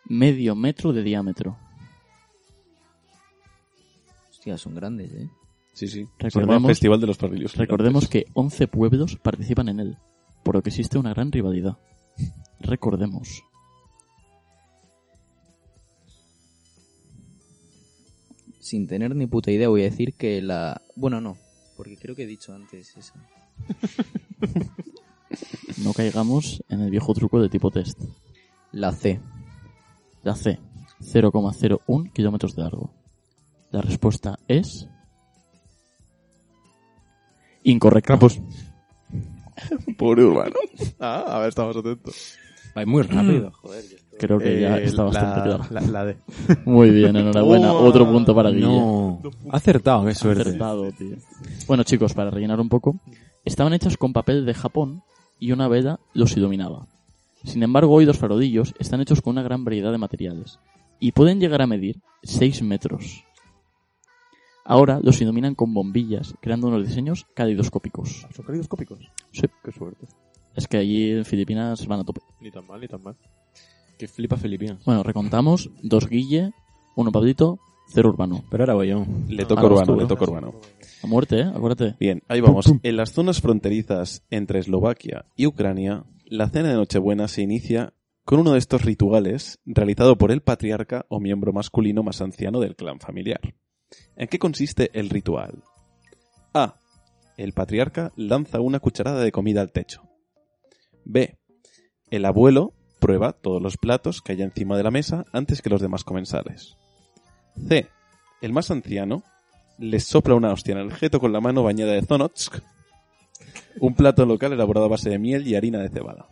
A: Medio metro de diámetro.
F: Hostia, son grandes, ¿eh?
G: Sí, sí. Se llama
A: Recordemos-
G: Festival de los Parrillos.
E: Pues
A: Recordemos que 11 pueblos participan en él, por lo que existe una gran rivalidad. Recordemos.
F: Sin tener ni puta idea, voy a decir que la. Bueno, no. Porque creo que he dicho antes esa.
A: No caigamos en el viejo truco de tipo test.
F: La C.
A: La C, 0,01 kilómetros de largo. La respuesta es... Incorrecta.
E: Campos.
G: Pobre Urbano.
E: Ah, a ver, estamos atentos.
H: Va muy rápido, joder.
A: Creo que ya
E: Eh,
A: está bastante
E: la,
A: claro.
E: La, la D.
A: Muy bien, enhorabuena.
E: Toma.
A: Otro punto para Guille.
H: No. Acertado, eh. qué suerte.
A: Acertado, tío. Bueno, chicos, para rellenar un poco, estaban hechas con papel de Japón y una vela los iluminaba. Sin embargo, hoy los farodillos están hechos con una gran variedad de materiales y pueden llegar a medir 6 metros. Ahora los iluminan con bombillas, creando unos diseños calidoscópicos.
E: Ah, ¿Son calidoscópicos?
A: Sí.
E: Qué suerte.
A: Es que allí en Filipinas van a tope.
E: Ni tan mal, ni tan mal.
H: Que flipa Filipinas.
A: Bueno, recontamos, dos Guille, uno Pablito, cero Urbano.
H: Pero ahora voy yo.
G: Le
A: Ah,
G: toca
A: no,
G: Urbano,
A: estuvo.
G: le toca Urbano.
A: A muerte, ¿eh? Acuérdate.
G: Bien, ahí vamos. En las zonas fronterizas entre Eslovaquia y Ucrania, la cena de Nochebuena se inicia con uno de estos rituales realizado por el patriarca o miembro masculino más anciano del clan familiar. ¿En qué consiste el ritual? A. El patriarca lanza una cucharada de comida al techo. B. El abuelo prueba todos los platos que haya encima de la mesa antes que los demás comensales. C. El más anciano les sopla una hostia en el jeto con la mano bañada de Zonotsk. Un plato local elaborado a base de miel y harina de cebada.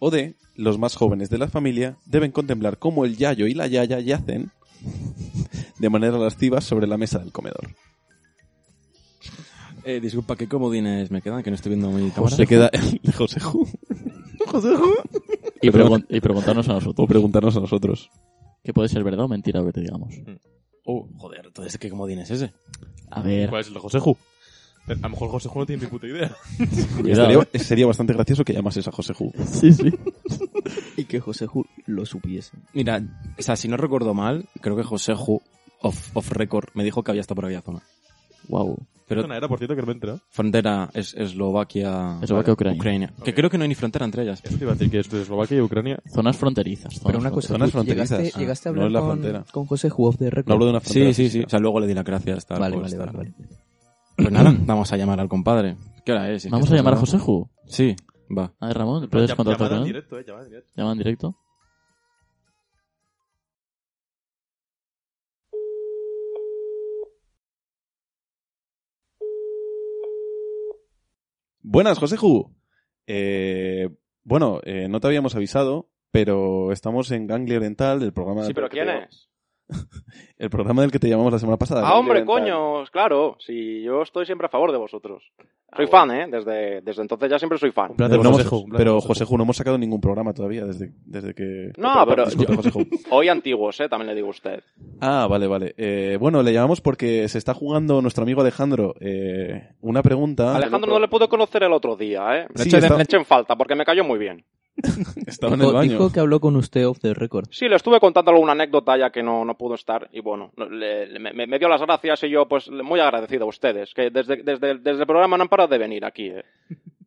G: O D, los más jóvenes de la familia deben contemplar cómo el yayo y la yaya yacen de manera lasciva sobre la mesa del comedor.
H: Eh, disculpa, ¿qué comodines me quedan? Que no estoy viendo muy cámara.
G: Se queda el de José Ju.
A: Y, pregun- y preguntarnos a
G: O
A: nosotros,
G: preguntarnos a nosotros.
A: que puede ser verdad o mentira lo que te digamos.
H: Oh, joder, entonces, ¿qué comodín es ese?
A: A ver,
E: ¿Cuál es el de José Ju? Pero A lo mejor José Ju no tiene ni puta idea.
A: cuidado. eh.
G: Sería, sería bastante gracioso que llamases a José Ju.
A: Sí, sí.
F: Y que José Ju lo supiese.
H: Mira, o sea, si no recuerdo mal, creo que José Ju, off, off record, me dijo que había estado por aquella zona.
A: Wow.
H: Pero
E: Zona era, por cierto, que no me he enterado.
H: frontera es Eslovaquia...
A: Eslovaquia, Ucrania.
H: Que creo que no hay ni frontera entre ellas.
E: Eso te iba a decir que es de Eslovaquia y Ucrania.
A: Zonas fronterizas. zonas
F: Pero una cosa,
G: zonas
F: ¿tú llegaste,
G: fronterizas.
F: llegaste a
G: Ah, no
F: hablar
G: es la frontera.
F: con, con José Ju off the record.
G: No hablo de una frontera.
H: Sí, sí, sí.
G: física.
H: O sea, luego le di las gracias. Tal,
F: Vale,
H: por
F: vale,
H: estar.
F: vale, vale.
H: Pues nada, vamos a llamar al compadre. ¿Qué hora es?
A: Vamos a llamar a José Ju.
H: Sí, va.
A: A ver, Ramón, ¿puedes
E: Llam-
A: contactar
E: llamada
A: con
E: en
A: él?
E: directo, eh, llamada en directo.
A: Llama en directo.
G: Buenas, Joseju. Eh, bueno, eh, no te habíamos avisado, pero estamos en Ganglia Oriental, el programa.
H: Sí,
G: del
H: pero
G: que
H: ¿quién
G: te-
H: es?
G: El programa del que te llamamos la semana pasada.
H: Ah,
G: Ganglia
H: hombre,
G: Oriental.
H: coño, claro. Sí, yo estoy siempre a favor de vosotros.
I: Ah,
H: Soy
I: bueno.
H: fan, ¿eh? Desde, desde entonces ya siempre soy fan.
G: Pero,
E: placer,
G: no hemos-
E: Joseju, un placer,
G: pero
E: Joseju.
G: Joseju, no hemos sacado ningún programa todavía desde, desde que.
H: No,
G: Perdón,
H: pero-
G: disculpe,
H: yo-
G: Joseju.
H: Hoy antiguos, ¿eh? También le digo a usted.
G: Ah, vale, vale. Eh, bueno, le llamamos porque se está jugando nuestro amigo Alejandro eh, una pregunta.
H: Alejandro no le pude conocer el otro día, ¿eh?
G: Sí,
H: le, eché de-
G: está-
H: le eché en falta porque me cayó muy bien.
G: Estaba en el
F: Dijo,
G: baño.
F: dijo que habló con usted off the record.
H: Sí, le estuve contando alguna anécdota ya que no, no pudo estar y bueno, no- le- le- me, me dio las gracias y yo pues le- muy agradecido a ustedes, que desde, desde, desde el programa no han parado de venir aquí. ¿eh?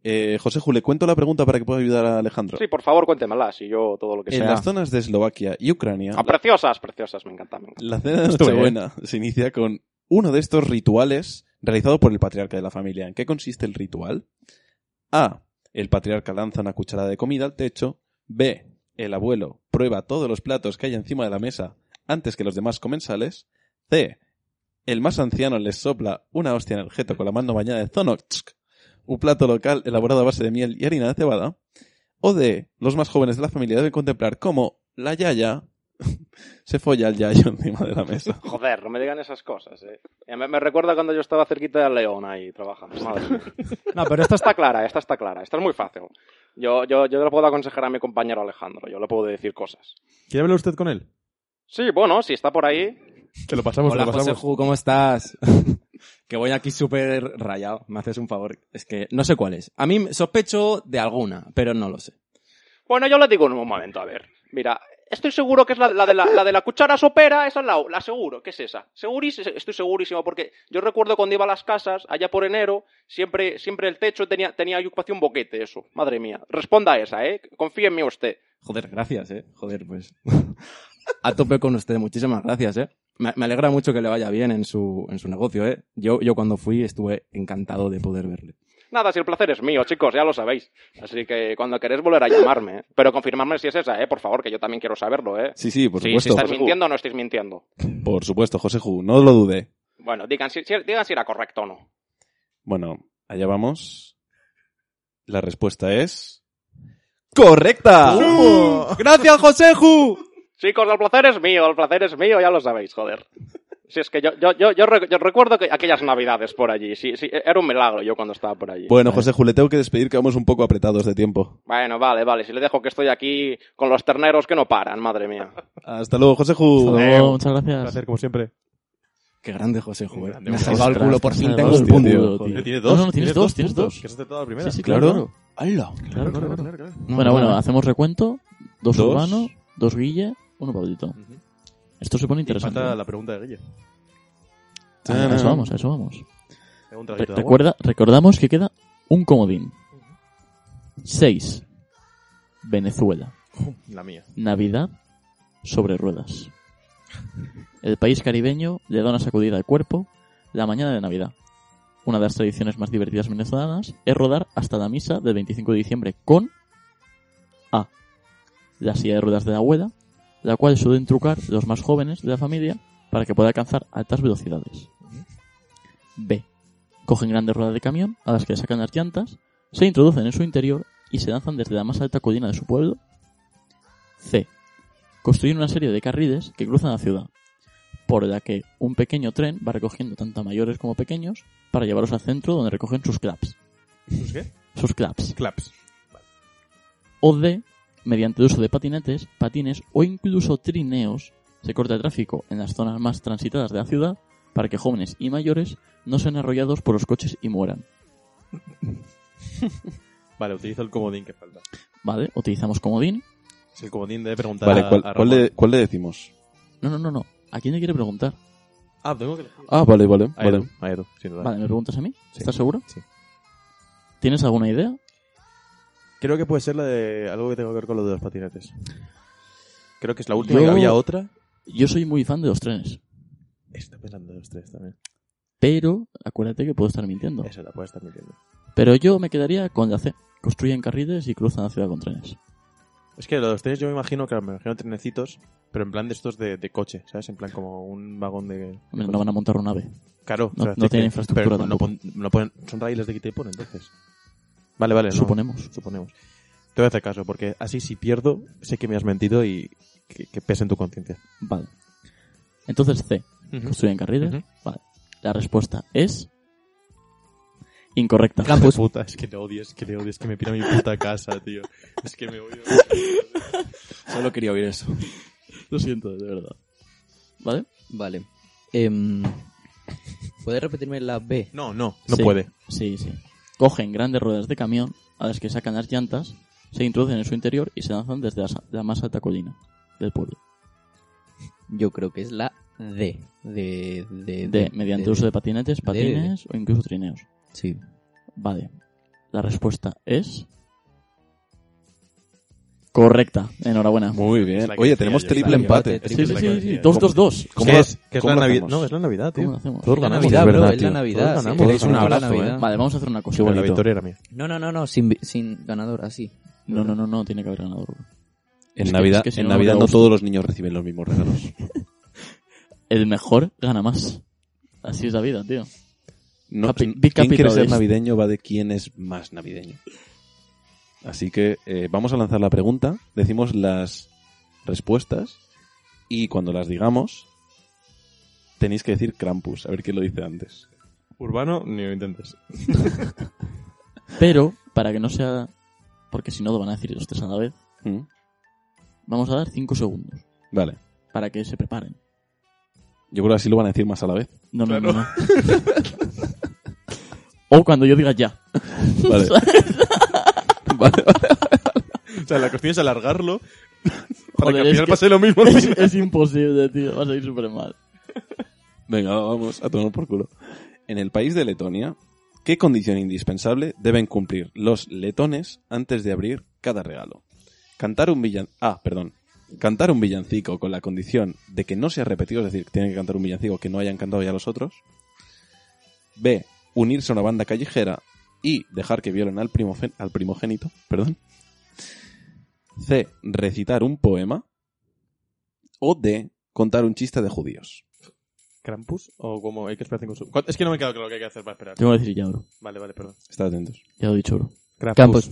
G: Eh, Joseju, le cuento la pregunta para que pueda ayudar a Alejandro.
H: Sí, por favor, cuéntemelas y yo todo lo que
G: en
H: sea.
G: las zonas de Eslovaquia y Ucrania,
H: Ah, preciosas, preciosas, me encanta, me encanta.
G: la cena de Nochebuena se inicia con uno de estos rituales realizado por el patriarca de la familia. ¿En qué consiste el ritual? A. El patriarca lanza una cucharada de comida al techo. B. El abuelo prueba todos los platos que hay encima de la mesa antes que los demás comensales. C. El más anciano les sopla una hostia en el jeto con la mano bañada de Zonotsk, un plato local elaborado a base de miel y harina de cebada. O D. Los más jóvenes de la familia deben contemplar cómo la yaya se folla el yayo encima de la mesa.
H: Joder, no me digan esas cosas, ¿eh? Eh, Me, me recuerda cuando yo estaba cerquita de León ahí trabajando. madre mía. No, pero esta está clara, esta está clara, esta es muy fácil. Yo, yo, yo le puedo aconsejar a mi compañero Alejandro, yo le puedo decir cosas.
E: ¿Quiere hablar usted con él?
H: Sí, bueno, si está por ahí,
E: Te lo pasamos,
J: Hola,
E: te lo
J: José
E: pasamos.
J: Ju, ¿cómo estás? que voy aquí súper rayado. Me haces un favor. Es que no sé cuál es. A mí sospecho de alguna, pero no lo sé.
H: Bueno, yo le digo en un momento, a ver. Mira, estoy seguro que es la, la de, la, la de la cuchara sopera, esa es la, la seguro. ¿Qué es esa? Segurísimo, estoy segurísimo, porque yo recuerdo cuando iba a las casas, allá por enero, siempre, siempre el techo tenía, tenía ocupación boquete, eso. Madre mía. Responda a esa, ¿eh? Confíe en mí usted.
J: Joder, gracias, eh. Joder, pues. A tope con usted, muchísimas gracias, eh. Me me alegra mucho que le vaya bien en su, en su negocio, eh. Yo, yo cuando fui estuve encantado de poder verle.
H: Nada, si el placer es mío, chicos, ya lo sabéis. Así que cuando queréis volver a llamarme, ¿eh? pero confirmarme si es esa, ¿eh? Por favor, que yo también quiero saberlo, ¿eh?
G: Sí, sí, por
H: Sí, si
G: supuesto.
H: estáis
G: Joseju.
H: mintiendo o no estáis mintiendo.
G: Por supuesto, José Ju, no lo dudé.
H: Bueno, digan si, si- digan si era correcto o no.
G: Bueno, allá vamos. La respuesta es... ¡Correcta!
J: ¡Gracias, Joseju!
H: Chicos, el placer es mío, el placer es mío, ya lo sabéis, joder. Si es que yo, yo, yo, yo, rec- yo recuerdo que aquellas navidades por allí, sí, sí, era un milagro yo cuando estaba por allí.
G: Bueno, José Ju, le tengo que despedir que vamos un poco apretados de tiempo.
H: Bueno, vale, vale, si le dejo que estoy aquí con los terneros que no paran, madre mía.
G: Hasta luego, José Ju.
A: Hasta luego, Uh, muchas gracias.
E: Un placer, como siempre.
J: Qué grande Joseju, eh.
E: Grande,
J: Me ha
E: Joseju.
J: salvado el culo, por fin
A: Ostras,
J: tengo un
G: hostia,
J: punto.
G: tío.
A: tío.
E: Tiene
A: No, no, no, tienes dos, tienes dos.
E: Que has aceptado la primera.
A: Sí, sí,
G: Claro.
A: claro.
J: ¡Hala!
A: Claro, claro, claro.
J: No,
A: bueno,
J: no,
A: bueno,
J: no.
A: hacemos recuento. Dos,
G: Dos.
A: Urbano, dos Guille, uno Pablito.
E: Ujú.
A: Esto se pone
E: Y
A: interesante.
E: falta
A: ¿eh?
E: la pregunta de Guille.
A: A a eso vamos, a eso vamos.
E: Tengo un
A: Re-
E: traguito de agua.
A: recuerda, recordamos que queda un comodín. 6. Venezuela.
E: La mía.
A: Navidad sobre ruedas. El país caribeño le da una sacudida al cuerpo la mañana de Navidad. Una de las tradiciones más divertidas venezolanas es rodar hasta la misa del 25 de diciembre con A. La silla de ruedas de la abuela, la cual suelen trucar los más jóvenes de la familia para que pueda alcanzar altas velocidades. B. Cogen grandes ruedas de camión a las que le sacan las llantas, se introducen en su interior y se lanzan desde la más alta colina de su pueblo C. Construyen una serie de carriles que cruzan la ciudad, por la que un pequeño tren va recogiendo tanto a mayores como pequeños para llevarlos al centro donde recogen sus claps.
E: ¿Sus qué?
A: Sus claps.
E: Claps.
A: O D. Mediante el uso de patinetes, patines o incluso trineos, se corta el tráfico en las zonas más transitadas de la ciudad para que jóvenes y mayores no sean arrollados por los coches y mueran.
E: Vale, utilizo el comodín que falta.
A: ¿Vale? Utilizamos comodín.
E: Es el comodín de preguntar
G: Vale,
E: a-
G: ¿cuál,
E: a
G: cuál
E: Ramón.
G: le, cuál le decimos?
A: No, no, no, no. ¿A quién le quiere preguntar?
E: Ah, tengo que elegir.
G: Ah, vale, vale.
E: Ahí
G: vale.
E: tú, ahí tú, sin duda.
A: Vale, ¿me preguntas a mí?
E: Sí.
A: ¿Estás seguro?
E: Sí.
A: ¿Tienes alguna idea?
E: Creo que puede ser la de algo que tenga que ver con lo de los patinetes. Creo que es la última
A: Yo-
E: que había otra.
A: Yo soy muy fan de los trenes.
E: Estoy pensando en los tres también.
A: Pero acuérdate que puedo estar mintiendo.
E: Esa la puedes estar mintiendo.
A: Pero yo me quedaría con la C. Construyen carriles y cruzan la ciudad con trenes.
E: Es que lo de los tres yo me imagino, claro, me imagino trenecitos, pero en plan de estos de, de coche, ¿sabes? En plan como un vagón de...
A: Hombre, no van a montar una ave.
E: Claro.
A: No- no tienen
E: que-
A: infraestructura
E: pero no
A: tampoco.
E: pon- no ponen- son raíles de quita y pon, entonces. Vale, vale. no.
A: Suponemos.
E: Suponemos. Te voy a hacer caso, porque así si pierdo, sé que me has mentido y que, que pese en tu conciencia.
A: Vale. Entonces C. Construyen carriles.
E: Ujú.
A: Vale. La respuesta es incorrecta.
E: Hijo de puta, es que te odio, es que te odio, es que me pira mi puta casa, tío. Es que me voy.
H: Solo quería oír eso.
A: Lo siento, de verdad. ¿Vale?
F: Vale. Em, ¿Puedes repetirme la B?
E: No, no, no
A: Sí,
E: puede.
A: Sí, sí. Cogen grandes ruedas de camión a las que sacan las llantas, se introducen en su interior y se lanzan desde la, sa- la más alta colina del pueblo.
F: Yo creo que es la D. De, de,
A: De, mediante
F: de-
A: uso de patinetes,
F: de- de-
A: patines o incluso trineos.
F: Sí.
A: Vale. La respuesta es. Correcta. Enhorabuena.
D: Muy
E: Es
D: bien.
E: la que
D: Oye,
E: decía
D: tenemos
E: yo,
D: triple
E: es la que
D: empate.
F: decía.
A: Sí, sí,
E: la
A: sí,
E: que
A: sí.
E: decía.
A: Dos, dos, dos.
D: ¿Cómo
E: ¿Qué
D: lo-
E: es? ¿Qué es
D: cómo
E: la
D: lo
E: Navidad?
D: hacemos?
E: No, es la Navidad, tío.
A: ¿Cómo lo hacemos?
E: Todos
F: La
E: ganamos,
F: Navidad,
E: es
F: bro,
E: verdad,
F: es
E: tío.
F: la Navidad.
E: Todos
F: Si
E: ganamos.
F: queréis
D: Todos
F: una
D: ganamos.
F: para
D: Abrazo,
F: Navidad.
A: Vale, vamos a hacer una cosa.
E: Pero la
A: bonito.
E: victoria era mía.
F: No, no, no, no, sin, sin ganador, así.
A: No, no, no, no, tiene que haber ganador.
D: En
A: Es que-
D: Navidad,
A: es que si
D: en
A: no, no
D: Navidad
A: te
D: no
A: gusta.
D: todos los niños reciben los mismos regalos.
A: El mejor gana más. Así es la vida, tío.
D: No,
A: Capi-
D: n-
A: big
D: ¿Quién quiere
A: capitalist.
D: ser navideño va de quién es más navideño? Así que eh, vamos a lanzar la pregunta, decimos las respuestas y cuando las digamos tenéis que decir Krampus, a ver quién lo dice antes.
E: Urbano, ni lo intentes.
A: Pero, para que no sea. Porque si no lo van a decir los tres a la vez,
D: ¿Mm?
A: vamos a dar cinco segundos
D: Vale,
A: para que se preparen.
D: yo creo que así lo van a decir más a la vez.
A: No, no, no, no. o cuando yo diga ya.
D: Vale. Vale, vale.
E: O sea, la cuestión es alargarlo para
A: Joder,
E: que al
A: es
E: final
A: que-
E: pase lo mismo.
A: es, es imposible, tío. Vas a ir súper mal.
D: Venga, vamos a tomar por culo. En el país de Letonia, ¿qué condición indispensable deben cumplir los letones antes de abrir cada regalo? Cantar un villan... Ah, perdón. Cantar un villancico con la condición de que no sea repetido, es decir, que tienen que cantar un villancico que no hayan cantado ya los otros. B. Unirse a una banda callejera y dejar que violen al, primofen- al primogénito. Perdón. C. Recitar un poema. O D. Contar un chiste de judíos.
E: ¿Krampus? ¿O cómo? Hay que esperar cinco segundos. Es que no me queda claro lo que hay que hacer para esperar.
A: Tengo que decir ya, bro.
E: Vale, vale, perdón.
D: Estad atentos.
A: Ya lo he dicho, bro.
H: Pues,
F: Campos.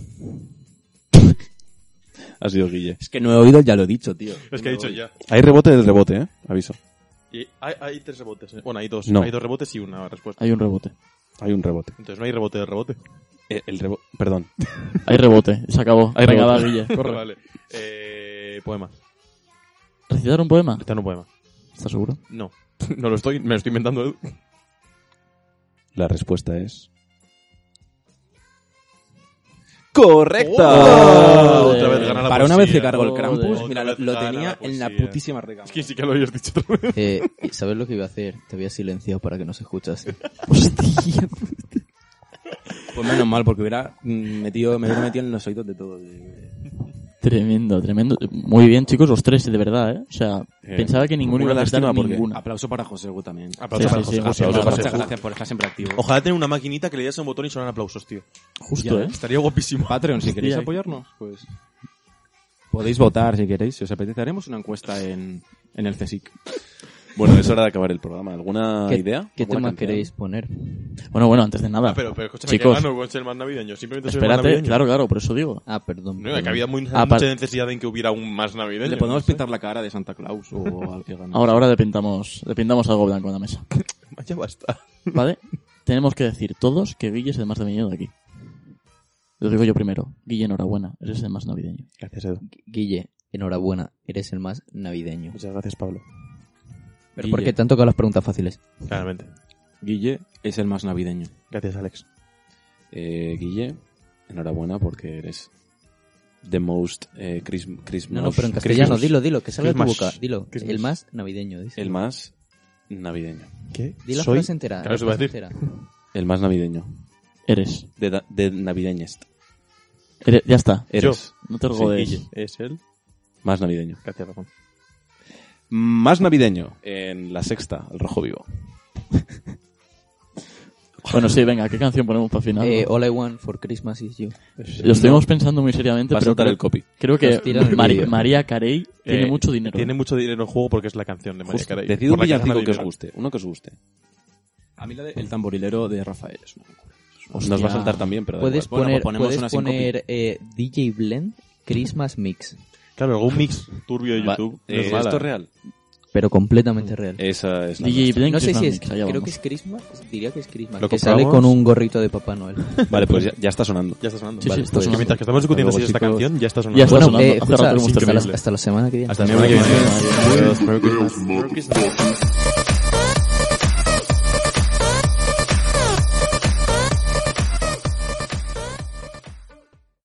D: Ha sido Guille.
H: Es que no he oído, ya lo he dicho, tío.
E: Es que he dicho ya.
D: Hay rebote del rebote, ¿eh? Aviso.
E: Y hay, hay tres rebotes. ¿eh? Bueno, hay dos.
D: No.
E: Hay dos rebotes y una respuesta.
A: Hay un rebote.
D: Hay un rebote.
E: Entonces no hay rebote de rebote.
D: Eh, el rebo- Perdón.
A: Hay rebote. Se acabó.
D: Hay
A: Venga,
D: rebote.
A: va, Guille. Corre.
E: Vale. Eh, poema.
A: ¿Recitar un poema?
E: Está en un poema.
A: ¿Estás seguro?
E: No. No lo estoy, me lo estoy inventando. Edu.
D: La respuesta es... ¡Correcta!
E: ¡Oh! Otra
A: Joder.
E: vez gana la
H: Para una vez que
E: poesía.
H: cargó el
A: Joder.
H: Krampus,
E: Oh, Otra
H: mira, lo,
E: vez
H: lo
E: gana la
H: tenía en la
E: poesía.
H: putísima recámara.
E: Es que ni siquiera lo habías dicho otra vez.
F: Eh, ¿Sabes lo que iba a hacer? Te había silenciado para que no se escuchase.
A: Hostia.
H: Pues menos mal, porque hubiera mm, metido, me hubiera metido en los oídos de todo.
A: Tremendo, tremendo. Muy bien, chicos, los tres, de verdad, ¿eh? O sea, pensaba que ninguno
D: una
A: iba a acertar
D: lástima, porque
E: Ah.
A: ninguna.
H: Aplauso para José Gu también.
E: Aplauso
A: Sí,
E: para
A: sí,
E: José.
A: sí, aplauso
E: José, aplauso
A: para
H: Muchas
E: para José.
H: gracias por estar siempre activo.
E: Ojalá tener una maquinita que le das a un botón y sonaran aplausos, tío.
A: Justo, ¿eh?
E: Estaría guapísimo.
H: Patreon, si queréis
A: Hostia.
H: apoyarnos, pues podéis votar si queréis. Si os apetece, haremos una encuesta en, en el CSIC.
D: Bueno, es hora de acabar el programa. ¿Alguna
F: ¿Qué,
D: idea?
F: ¿qué
D: ¿Alguna
F: tema
D: canción?
F: queréis poner?
A: Bueno, bueno, antes de nada.
E: Ah, pero, pero escúchame,
A: Chicos.
E: que gano con ser más navideño. Simplemente soy más
A: espérate,
E: navideño.
A: claro, claro, por eso digo.
F: Ah, perdón.
E: No, que
F: perdón.
E: había muy,
A: Ah,
E: mucha
A: para-
E: necesidad en que hubiera un más navideño.
H: Le podemos
E: no sé.
H: pintar la cara de Santa Claus o al que gana.
A: Ahora, ahora le pintamos, le pintamos algo blanco en la mesa.
E: Ya basta.
A: ¿Vale? Tenemos que decir todos que Guille es el más navideño de aquí. Lo digo yo primero. Guille, enhorabuena, eres el más navideño.
E: Gracias, Edu.
F: Guille, enhorabuena, eres el más navideño.
E: Muchas gracias, Pablo.
F: ¿Pero por qué te han tocado las preguntas fáciles?
E: Claramente.
H: Guille es el más navideño.
E: Gracias, Alex.
D: Eh, Guille, enhorabuena porque eres the most eh, Chris- Christmas...
F: No, no, pero en castellano,
D: Christmas-
F: dilo, dilo, que salga de tu
E: Christmas.
F: boca. Dilo,
E: Christmas.
F: el más navideño, dice.
H: Eh,
D: El más navideño.
E: ¿Qué?
F: Di la
E: Soy-
F: frase entera.
E: Claro,
F: la
E: eso iba a
F: frase
E: decir.
F: entera.
D: El más navideño.
A: Eres.
D: De, da- de navideñest.
A: Eres- ya está.
D: Eres.
A: No te
E: Sí,
A: rodees.
E: Guille, es él.
D: Más navideño.
E: Gracias, Ramón.
D: Más navideño. En la sexta, el rojo vivo.
A: Bueno, sí, venga, ¿qué canción ponemos para final?
F: Eh, all I want for Christmas is you.
A: Lo estuvimos pensando muy seriamente,
D: Va a
A: pero
D: saltar
A: creo,
D: el copy.
A: creo
F: Nos tiran
A: que
F: el
A: Mari-
F: vídeo.
A: María Carey tiene
E: Eh,
A: mucho dinero.
E: Tiene mucho dinero en juego porque es la canción de María
D: Justo.
E: Carey.
D: Decid un
E: Por la que gana
D: villancico que os
E: dinero.
D: guste. Uno que os guste.
H: A mí la de El tamborilero de Rafael es una locura.
G: Nos va a saltar también, pero da
F: Puedes
H: Bueno,
F: poner,
H: pues ponemos
F: puedes
H: una síncope.
F: poner eh, DJ Blend Christmas Mix,
E: Claro, algún mix turbio de
G: igual. Va-
E: YouTube.
G: eh,
E: nos
G: ¿Esto
E: mala.
G: es real?
F: pero completamente real.
H: Eh,
G: Esa es la
A: DJ
G: nuestra.
A: Blink
F: no sé
A: Christmas
F: si es,
A: Mix, allá
F: creo
A: vamos.
F: que es Christmas, diría que es Christmas,
E: Lo
F: que sale
E: compramos.
F: con un gorrito de Papá Noel.
G: Vale, pues ya, ya está sonando.
E: Ya está sonando.
A: Sí,
E: Vale,
A: sí, está
E: pues
A: sonando.
E: mientras que estamos discutiendo
G: Hasta
E: si
G: luego,
E: es esta
G: chicos.
E: canción, ya está sonando.
A: Ya está
F: bueno,
A: sonando.
F: eh,
A: Hace
F: escucha,
A: rato que hemos
F: hasta,
A: terminado.
F: la, hasta la semana que viene.
E: Hasta la semana que viene. Adiós. Merry Christmas.